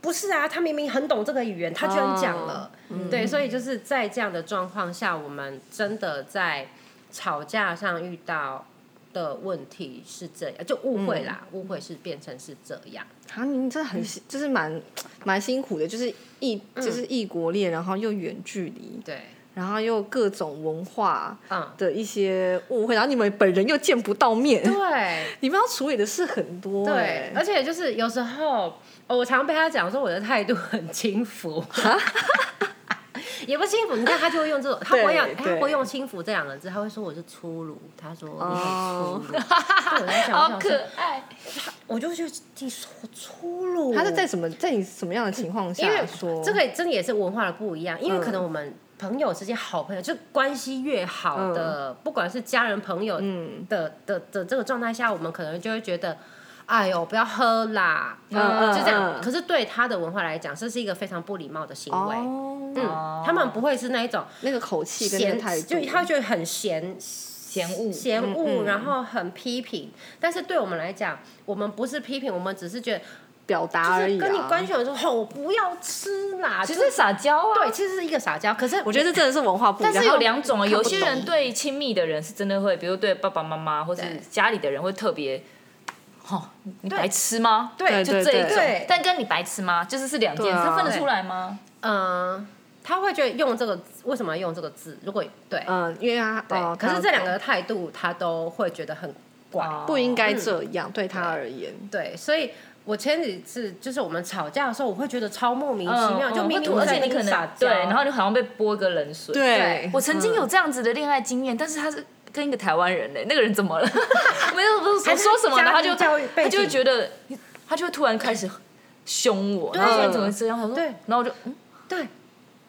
Speaker 3: 不是啊，他明明很懂这个语言，他居然讲
Speaker 1: 哦
Speaker 3: 了。
Speaker 1: 嗯
Speaker 3: 对，所以就是在这样的状况下，我们真的在吵架上遇到的问题是这样，就误会啦，
Speaker 1: 嗯
Speaker 3: 误、会是变成是这样。
Speaker 1: 啊，你真的
Speaker 3: 嗯
Speaker 1: 很辛，就是蛮蛮辛苦的，就是异就是异国恋，然后又远距离，
Speaker 3: 对，
Speaker 1: 然后又各种文化
Speaker 3: 嗯，
Speaker 1: 的一些误会，然后你们本人又见不到面，
Speaker 3: 对。
Speaker 1: 你们要处理的事很多、
Speaker 3: 对
Speaker 1: 欸，，
Speaker 3: 而且就是有时候，哦我常被他讲说我的态度很轻浮，
Speaker 1: 啊
Speaker 3: 也不轻浮。你看他就会用这种，他不会用，
Speaker 1: 对
Speaker 3: 他
Speaker 1: 对
Speaker 3: 不会用轻浮这两个字，他会说我是粗鲁，他说你
Speaker 1: 哦
Speaker 3: 很粗鲁。我在想，
Speaker 2: 好
Speaker 3: 我想说
Speaker 2: 可爱，
Speaker 3: 我就觉得你说我粗鲁，
Speaker 1: 他是在什么在你什么样的情况
Speaker 3: 因为
Speaker 1: 下说
Speaker 3: 这个真的也是文化的不一样，因为
Speaker 1: 嗯
Speaker 3: 可能我们朋友之间好朋友，就关系越好的，不管是家人朋友的、
Speaker 1: 嗯
Speaker 3: 的的这个状态下，我们可能就会觉得。哎呦，不要喝啦！
Speaker 1: 嗯
Speaker 3: 就这样。
Speaker 1: 嗯
Speaker 3: 可是对他的文化来讲，这是一个非常不礼貌的行为。
Speaker 1: 哦，
Speaker 3: 嗯，他们不会是那一种
Speaker 1: 那个口气跟那
Speaker 3: 嫌
Speaker 1: 个态，度，
Speaker 3: 就他就很嫌
Speaker 2: 嫌恶
Speaker 3: 嫌
Speaker 1: 嗯
Speaker 3: 恶，
Speaker 1: 嗯
Speaker 3: 然后很批评。但是对我们来讲，我们不是批评，我们只是觉得
Speaker 1: 表达而
Speaker 3: 就是
Speaker 1: 已、啊。
Speaker 3: 跟你关系好说，吼，我不要吃啦，
Speaker 2: 其
Speaker 3: 就
Speaker 2: 实
Speaker 3: 是
Speaker 2: 撒娇啊，
Speaker 3: 对，其实是一个撒娇。可是
Speaker 1: 我觉得这真的是文化不一
Speaker 2: 但
Speaker 1: 样。
Speaker 2: 是有
Speaker 1: 他
Speaker 2: 两种啊，
Speaker 1: 看不
Speaker 2: 有
Speaker 1: 懂
Speaker 2: 些人对亲密的人是真的会，比如对爸爸妈妈或是
Speaker 3: 对
Speaker 2: 家里的人会特别，哦，你你
Speaker 3: 对
Speaker 2: 白痴吗？
Speaker 1: 对
Speaker 2: 就
Speaker 1: 对
Speaker 2: 这一
Speaker 1: 对
Speaker 2: 种
Speaker 3: 对。
Speaker 2: 但跟你白痴吗，就是是两件
Speaker 1: 对
Speaker 2: 事，
Speaker 1: 啊
Speaker 2: 他分得出来吗？
Speaker 3: 嗯，他会觉得用这个字为什么要用这个字？如果对
Speaker 1: 嗯，因为他
Speaker 3: 对
Speaker 1: 哦，，
Speaker 3: 可
Speaker 1: 他
Speaker 3: 是这两个态度他都会觉得很怪。
Speaker 2: 哦
Speaker 1: 不应该这样，对他而言。
Speaker 3: 对，所以我前几次就是我们吵架的时候，我会觉得超莫名其妙，就
Speaker 2: 嗯
Speaker 3: 明明
Speaker 2: 而
Speaker 3: 我在
Speaker 2: 且你
Speaker 3: 跟
Speaker 2: 可
Speaker 3: 撒
Speaker 2: 能
Speaker 3: 娇，
Speaker 2: 对，然后你好像被泼一个冷水。
Speaker 1: 对
Speaker 2: 我曾经有这样子的恋爱经验，但是他是跟一个台湾人呢，那个人怎么了？没有，不是
Speaker 3: 还是
Speaker 2: 说什么，
Speaker 3: 家庭
Speaker 2: 然后他就
Speaker 3: 教育背景
Speaker 2: 他就会觉得，他就会突然开始凶我，
Speaker 3: 对
Speaker 2: 然后说你怎么会这样？他说
Speaker 3: 对
Speaker 2: 然后我就嗯
Speaker 3: 对，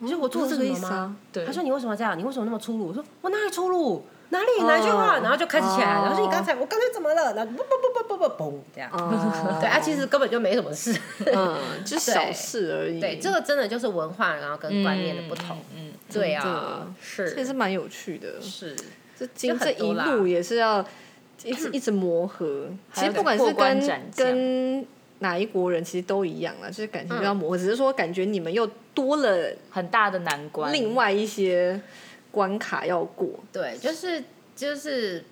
Speaker 3: 你说我做了
Speaker 1: 不是这
Speaker 3: 什
Speaker 1: 个
Speaker 3: 么
Speaker 1: 意思
Speaker 3: 吗
Speaker 1: 啊？
Speaker 2: 对
Speaker 3: 他说你为什么这样？你为什么那么粗鲁？我说我哪里粗鲁？哪里哪一句话？
Speaker 1: 哦
Speaker 3: 然后就开始起来，
Speaker 1: 哦
Speaker 3: 然后说你刚才我刚才怎么了？然后不不不不不不嘣这样。
Speaker 1: 哦
Speaker 3: 对啊，其实根本就没什么事。
Speaker 1: 嗯，就是小事而已。
Speaker 3: 对，这个真的就是文化，然后跟观念的不同。
Speaker 2: 嗯，
Speaker 3: 对
Speaker 1: 真
Speaker 3: 啊
Speaker 1: 的，
Speaker 3: 是
Speaker 1: 这也是蛮有趣的。
Speaker 3: 是，
Speaker 1: 这经
Speaker 3: 就
Speaker 1: 这
Speaker 3: 很
Speaker 1: 一
Speaker 3: 多啦
Speaker 1: 路也是要一 直一直磨合。其
Speaker 2: 还
Speaker 1: 实
Speaker 2: 有
Speaker 1: 不管
Speaker 2: 过
Speaker 1: 是
Speaker 2: 关斩
Speaker 1: 跟
Speaker 2: 将
Speaker 1: 跟哪一国人，其实都一样啦，就是感情
Speaker 3: 嗯
Speaker 1: 都要磨合，只是说感觉你们又多了
Speaker 2: 很大的难关。
Speaker 1: 另外一些关卡要过。
Speaker 3: 对，就是就是，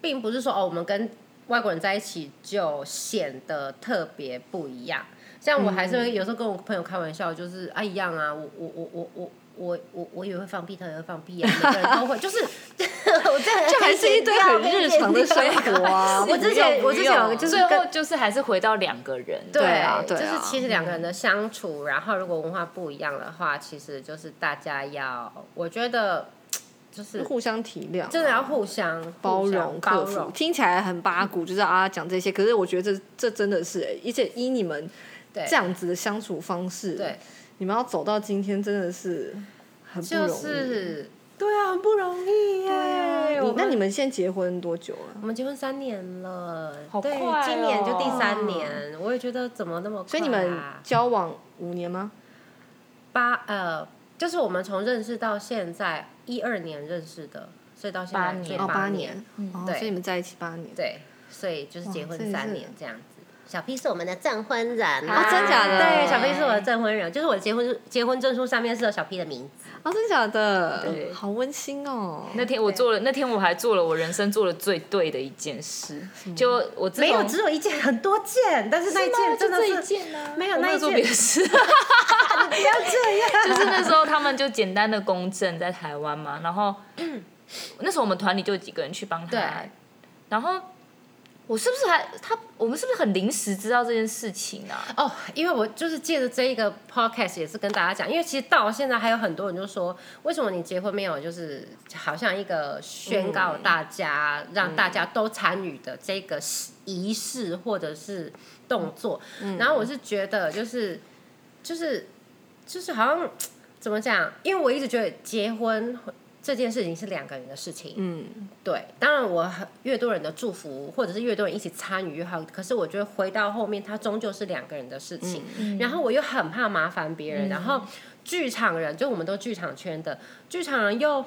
Speaker 3: 并不是说哦，我们跟外国人在一起就显得特别不一样。像我还是
Speaker 1: 嗯
Speaker 3: 会有时候跟我朋友开玩笑，就是啊一样啊，我我我我我。我我我也会放屁，他也会放屁啊，每个人都会，就 是我这
Speaker 1: 这还是一堆很日常的生活啊！
Speaker 3: 我之前我之前有就是
Speaker 2: 最
Speaker 3: 跟
Speaker 2: 后就是还是回到两个人，
Speaker 3: 对
Speaker 1: 啊对
Speaker 3: 就
Speaker 1: 啊
Speaker 3: 是其实两个人的相处，然后如果文化不一样的话，其实就是大家要，我觉得就是
Speaker 1: 互相体谅啊，
Speaker 3: 真的要互相互相
Speaker 1: 包容、
Speaker 3: 包
Speaker 1: 克服
Speaker 3: 容，。
Speaker 1: 听起来很八股，就是啊讲这些，可是我觉得这这真的是、欸，而且依你们
Speaker 3: 对，
Speaker 1: 这样子的相处方式，
Speaker 3: 对，
Speaker 1: 你们要走到今天真的是很不容
Speaker 3: 就
Speaker 1: 易。
Speaker 3: 是对啊，很不容易耶。
Speaker 2: 哎
Speaker 3: 我
Speaker 1: 你那你们现在结婚多久啊了？
Speaker 3: 我们结婚三年了，
Speaker 2: 好
Speaker 3: 对
Speaker 2: 快哦，
Speaker 3: 今年就第三年，我也觉得怎么那么快啊、
Speaker 1: 所以你们交往五年吗？
Speaker 3: 八呃，就是我们从认识到现在一二年认识的，所以到现在
Speaker 2: 八年
Speaker 3: 对
Speaker 1: 哦，八
Speaker 3: 八
Speaker 1: 年，哦，
Speaker 3: 对
Speaker 1: 所以你们在一起八年。
Speaker 3: 对，所以就是结
Speaker 1: 哇这
Speaker 3: 婚
Speaker 1: 也
Speaker 3: 三
Speaker 1: 是
Speaker 3: 年这样子。
Speaker 4: 小 P 是我们的证婚人
Speaker 1: 哦真假的
Speaker 3: 对，小 P 是我的证婚人，就是我的结婚结婚证书上面是有小 P 的名字。
Speaker 1: 哦，真的假
Speaker 2: 对
Speaker 1: 的？好温馨哦。
Speaker 2: 那天我做了，那天我还做了我人生做的最对的一件事，就我自
Speaker 3: 嗯没有，
Speaker 2: 从
Speaker 3: 只有一件，很多件，但是那一件真的
Speaker 2: 就这一
Speaker 3: 是
Speaker 2: 件啊，
Speaker 3: 没有
Speaker 2: 我没
Speaker 3: 那
Speaker 2: 有
Speaker 3: 一
Speaker 2: 做
Speaker 3: 件
Speaker 2: 别的事，
Speaker 3: 不要这样。
Speaker 2: 就是那时候他们就简单的公证在台湾 嘛，然后那时候我们团里就有几个人去帮他
Speaker 3: 对，
Speaker 2: 然后我是不是还他？我们是不是很临时知道这件事情啊？
Speaker 3: 哦，因为我就是借着这一个 podcast 也是跟大家讲，因为其实到现在还有很多人就说，为什么你结婚没有就是好像一个宣告大家、让大家都参与的这个仪式或者是动作？然后我是觉得就是就是就是好像怎么讲？因为我一直觉得结婚这件事情是两个人的事情，
Speaker 1: 嗯，
Speaker 3: 对，当然我很越多人的祝福，或者是越多人一起参与越好。可是我觉得回到后面，它终究是两个人的事情。
Speaker 2: 嗯
Speaker 3: 然后我又很怕麻烦别人，然后剧场人就我们都剧场圈的，剧场人又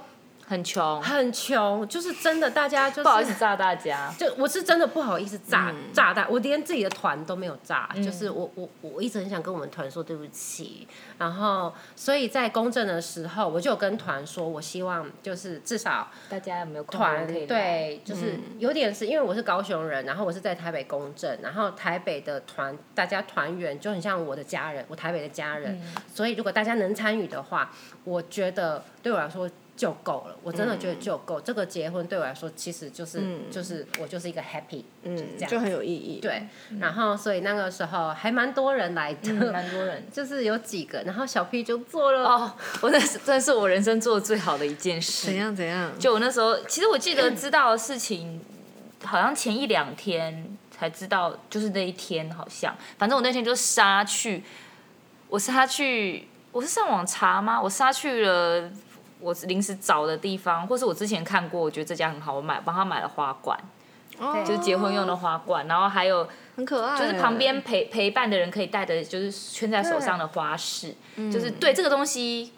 Speaker 2: 很穷，
Speaker 3: 很穷，就是真的大家就是
Speaker 2: 不好意思嗯炸大家。
Speaker 3: 就我是真的不好意思炸、炸弹，我连自己的团都没有炸，
Speaker 2: 嗯
Speaker 3: 就是我我我一直很想跟我们团说对不起，然后所以在公证的时候，我就有跟团说，我希望就是至少
Speaker 2: 大家有没有空
Speaker 3: 团
Speaker 2: 可以来？嗯
Speaker 3: 对，就是有点是因为我是高雄人，然后我是在台北公证，然后台北的团大家团员就很像我的家人，我台北的家人，
Speaker 2: 嗯
Speaker 3: 所以如果大家能参与的话，我觉得对我来说。就够了，我真的
Speaker 2: 嗯
Speaker 3: 觉得就够。这个结婚对我来说，其实就是、就是我就是一个 happy，嗯这
Speaker 1: 就
Speaker 3: 样。
Speaker 1: 很有意义。，
Speaker 3: 对，然后所以那个时候还蛮多人来的，
Speaker 2: 嗯蛮多人。
Speaker 3: 就是有几个，然后小 P 就做了，
Speaker 2: 哦， 我那是真的是我人生做的最好的一件事。
Speaker 1: 怎样怎样？
Speaker 2: 就我那时候，其实我记得知道的事情，好像前一两天才知道，就是那一天好像，反正我那天就杀去，我杀去，我是上网查吗？我杀去了我临时找的地方，或是我之前看过，我觉得这家很好，我买帮他买了花冠，
Speaker 1: 哦
Speaker 2: 就是结婚用的花冠，然后还有
Speaker 1: 很可爱，
Speaker 2: 就是旁边陪陪伴的人可以戴的，就是圈在手上的花饰，
Speaker 1: 嗯
Speaker 2: 就是对这个东西，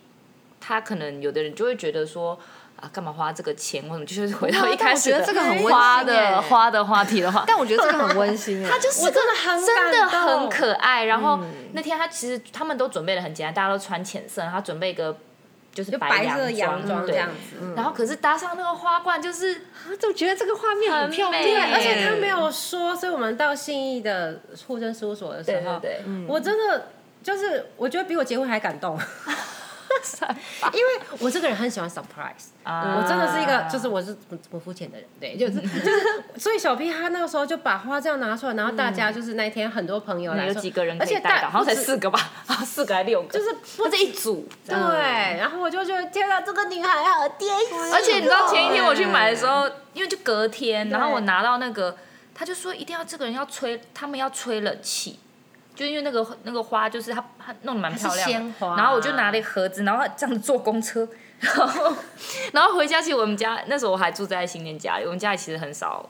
Speaker 2: 他可能有的人就会觉得说。啊，干嘛花这个钱？或什么？就是回
Speaker 1: 不
Speaker 2: 到
Speaker 1: 会啊
Speaker 2: 一开始
Speaker 1: 但我觉得这个很温馨
Speaker 2: 花
Speaker 1: 耶
Speaker 2: 的花的话题的话，嗯
Speaker 1: 但我觉得这个很温馨哎，他就是
Speaker 3: 我真的很
Speaker 2: 真的
Speaker 3: 感动
Speaker 2: 很可爱。然后那天他其实他们都准备的很简单，大家都穿浅色，然后他准备一个就是
Speaker 3: 就白色的
Speaker 2: 洋
Speaker 3: 洋装这
Speaker 2: 对嗯
Speaker 3: 样。子，
Speaker 2: 然后可是搭上那个花冠，就是
Speaker 1: 就觉得这个画面很漂
Speaker 2: 很
Speaker 1: 亮，
Speaker 2: 美
Speaker 3: 而且他没有说，所以我们到信义的护政事务所的时
Speaker 2: 对
Speaker 3: 候，
Speaker 2: 对对，
Speaker 3: 我真的就是我觉得比我结婚还 感动，因为我这个人很喜欢 surprise，、
Speaker 2: 啊
Speaker 3: 我真的是一个就是我是怎么肤浅的人，对，就是就是，所以小 P 他那个时候就把花这样拿出来，然后大家就是那一天很多朋友来
Speaker 2: 嗯有
Speaker 3: 说
Speaker 2: 几个人可
Speaker 3: 而
Speaker 2: 以
Speaker 3: 且
Speaker 2: 带
Speaker 3: 大
Speaker 2: 到，好像才
Speaker 3: 不止
Speaker 2: 四个吧， 好像四个还六个，
Speaker 3: 就是不
Speaker 2: 这一嗯组。
Speaker 3: 对，嗯然后我就觉得天哪，这个女孩好天 使哦，
Speaker 2: 而且你知道前一天我去买的时候，因为就隔天，然后我拿到那个，他就说一定要这个人要吹，他们要吹冷气，就因为那个那个花就是他他弄得蛮漂亮
Speaker 3: 它
Speaker 2: 的
Speaker 3: 是鲜花
Speaker 2: 然后我就拿了一盒子，然后这样子坐公车，然后 然后回家去我们家那时候我还住在新店家里，我们家里其实很少。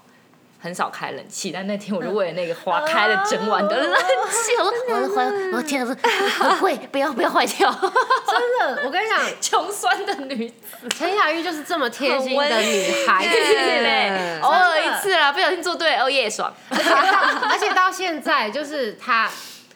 Speaker 2: 很少开冷气，但那天
Speaker 3: 嗯
Speaker 2: 我就为了那个花开了整晚的冷
Speaker 4: 啊
Speaker 2: 气， 我说
Speaker 4: 我的花，我的天啊，很贵，不要不要坏 掉。
Speaker 3: 真的，我跟你讲，
Speaker 2: 穷酸的女子，
Speaker 3: 陈雅玉就是这么贴心
Speaker 2: 很
Speaker 3: 的
Speaker 2: 温
Speaker 3: 女孩
Speaker 2: 对
Speaker 3: 子。
Speaker 2: 对对，偶尔一次啦，不小心做对，哦耶 爽。
Speaker 3: 而且到现在，就是它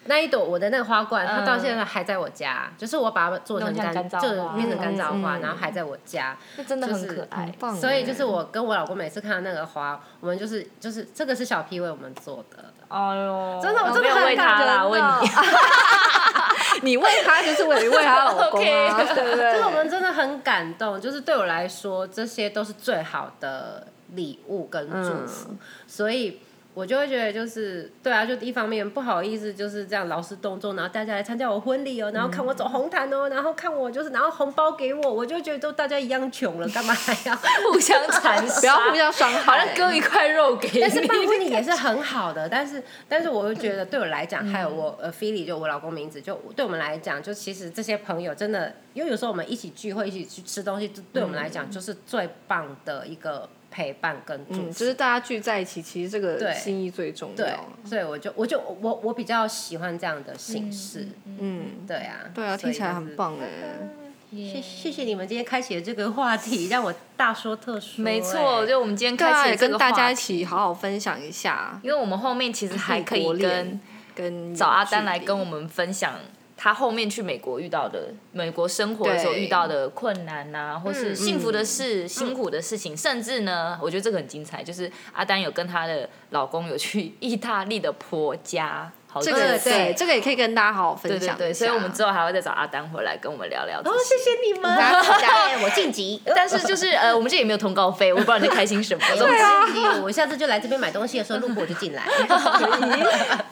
Speaker 3: 那一朵我的那个花冠，它到现在还在我家，就是我把它做
Speaker 2: 嗯
Speaker 3: 成
Speaker 2: 弄成干燥花
Speaker 3: 就是变成干燥花，
Speaker 1: 嗯
Speaker 3: 然后还在我家。嗯
Speaker 2: 那真的很可爱
Speaker 1: 很。棒哎。
Speaker 3: 所以就是我跟我老公每次看到那个花，我们就是就是这个是小 P 为我们做的，
Speaker 2: 哎呦，
Speaker 3: 真的我真的
Speaker 2: 没有
Speaker 3: 很
Speaker 2: 为
Speaker 3: 感
Speaker 2: 他
Speaker 3: 人啊
Speaker 2: 啦，
Speaker 3: 的
Speaker 2: 为你。
Speaker 1: 你为他，就是为为他老公啊，
Speaker 2: OK
Speaker 1: 对不
Speaker 3: 这个我
Speaker 1: 对？
Speaker 3: 们真的很感动。就是对我来说，这些都是最好的礼物跟祝福，所以。我就会觉得就是对啊，就一方面不好意思就是这样劳师动众，然后大家来参加我婚礼哦，然后看我走红毯哦，然后看我就是然后红包给我，我就觉得都大家一样穷了，干嘛还要？
Speaker 2: 互相残 杀，
Speaker 1: 不要互相伤害
Speaker 2: 好像割一块肉给你。
Speaker 3: 但是 办 婚礼也是很好的，但是但是我会觉得对我来
Speaker 1: 嗯
Speaker 3: 讲，还有我呃 f i l y 就我老公名字，就对我们来讲，就其实这些朋友真的，因为有时候我们一起聚会、一起去吃东西，就对我们来讲就是最棒的一个陪伴跟祝
Speaker 1: 嗯，
Speaker 3: 福。
Speaker 1: 就是大家聚在一起，其实这个
Speaker 3: 对
Speaker 1: 心意最重
Speaker 3: 对
Speaker 1: 要。，
Speaker 3: 所以我就我就我我比较喜欢这样的形式，
Speaker 1: 嗯，
Speaker 3: 对啊，
Speaker 1: 对啊，
Speaker 3: 所以
Speaker 1: 听起来
Speaker 3: 就
Speaker 1: 很
Speaker 3: 是。
Speaker 1: 棒哎。
Speaker 3: 谢谢谢你们今天开启了这个话题，让我大说特说、
Speaker 2: 没错，
Speaker 3: 哎
Speaker 2: 就我们今天
Speaker 1: 对啊，
Speaker 2: 开
Speaker 1: 也
Speaker 2: 启这
Speaker 1: 跟
Speaker 2: 个
Speaker 1: 大
Speaker 2: 话
Speaker 1: 家一
Speaker 2: 题，
Speaker 1: 起好好分享一下，
Speaker 2: 因为我们后面其实还可
Speaker 1: 异国
Speaker 2: 以
Speaker 1: 恋
Speaker 2: 跟
Speaker 1: 跟
Speaker 2: 找阿丹来跟我
Speaker 1: 们
Speaker 2: 们分享。他后面去美国遇到的，美国生活的时候遇到的困难呐、或
Speaker 1: 嗯
Speaker 2: 是幸福的事、辛苦的事情，甚至呢，我觉得 这个很精彩，就是阿丹有跟她的老公有去意大利的婆家，好
Speaker 1: 这
Speaker 2: 几
Speaker 1: 个
Speaker 2: 次
Speaker 1: 对，这个也可以跟大家好好分
Speaker 2: 对对
Speaker 1: 享
Speaker 2: 对，
Speaker 1: 一下
Speaker 2: 所以我们之后还会再找阿丹回来跟我们聊聊这
Speaker 3: 哦，
Speaker 2: 些。
Speaker 3: 谢谢你们。
Speaker 1: 大家期待。
Speaker 4: 对我晋级。
Speaker 2: 但是就是呃，我们这也没有通告费，我不知道你在开 心什么。
Speaker 4: 对啊
Speaker 3: 谢谢我下次就来这边买东西的时候路过我就进来。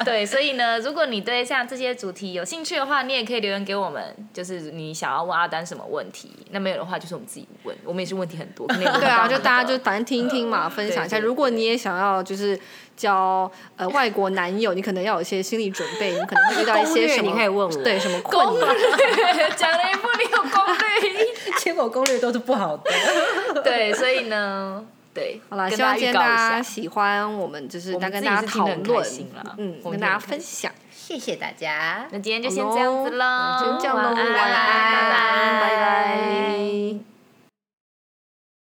Speaker 2: 对，所以呢，如果你对像这些主题有兴趣的话，你也可以留言给我们，就是你想要问阿丹什么问题。那没有的话，就是我们自己问，我们也是问题很多。可能也问不
Speaker 1: 对啊，
Speaker 2: 到
Speaker 1: 就
Speaker 2: 那
Speaker 1: 大家
Speaker 2: 个嗯
Speaker 1: 就反正听一听嘛，分享一下。
Speaker 2: 对对
Speaker 1: 如果你也想要就是交呃外国男友，你可能要有一些心理准备，你可能会遇到 一些什么，
Speaker 3: 攻略你可以问我
Speaker 1: 对什么困
Speaker 2: 攻
Speaker 1: 难。
Speaker 2: 略，讲了一部你有攻略。
Speaker 3: 结果攻略都是不好的。
Speaker 2: 对，所以呢，对，
Speaker 1: 好啦，
Speaker 2: 跟
Speaker 1: 希望
Speaker 2: 预
Speaker 1: 今天
Speaker 2: 告
Speaker 1: 大
Speaker 2: 一
Speaker 1: 家
Speaker 2: 下。
Speaker 1: 喜欢我们，就是
Speaker 2: 我
Speaker 1: 大家跟
Speaker 2: 们自己
Speaker 1: 大家
Speaker 2: 是听
Speaker 1: 讨
Speaker 2: 得很
Speaker 1: 论
Speaker 2: 开心啦，
Speaker 1: 嗯，
Speaker 2: 我
Speaker 1: 跟
Speaker 2: 们
Speaker 1: 大
Speaker 2: 听
Speaker 1: 家
Speaker 2: 得很开
Speaker 1: 分享。
Speaker 3: 谢谢大家。
Speaker 2: 那今天就先这样
Speaker 1: 好咯
Speaker 2: 子喽，
Speaker 1: 就这样喽，
Speaker 2: 晚
Speaker 1: 晚
Speaker 2: 安，
Speaker 1: 安，
Speaker 2: 拜拜，
Speaker 1: 拜。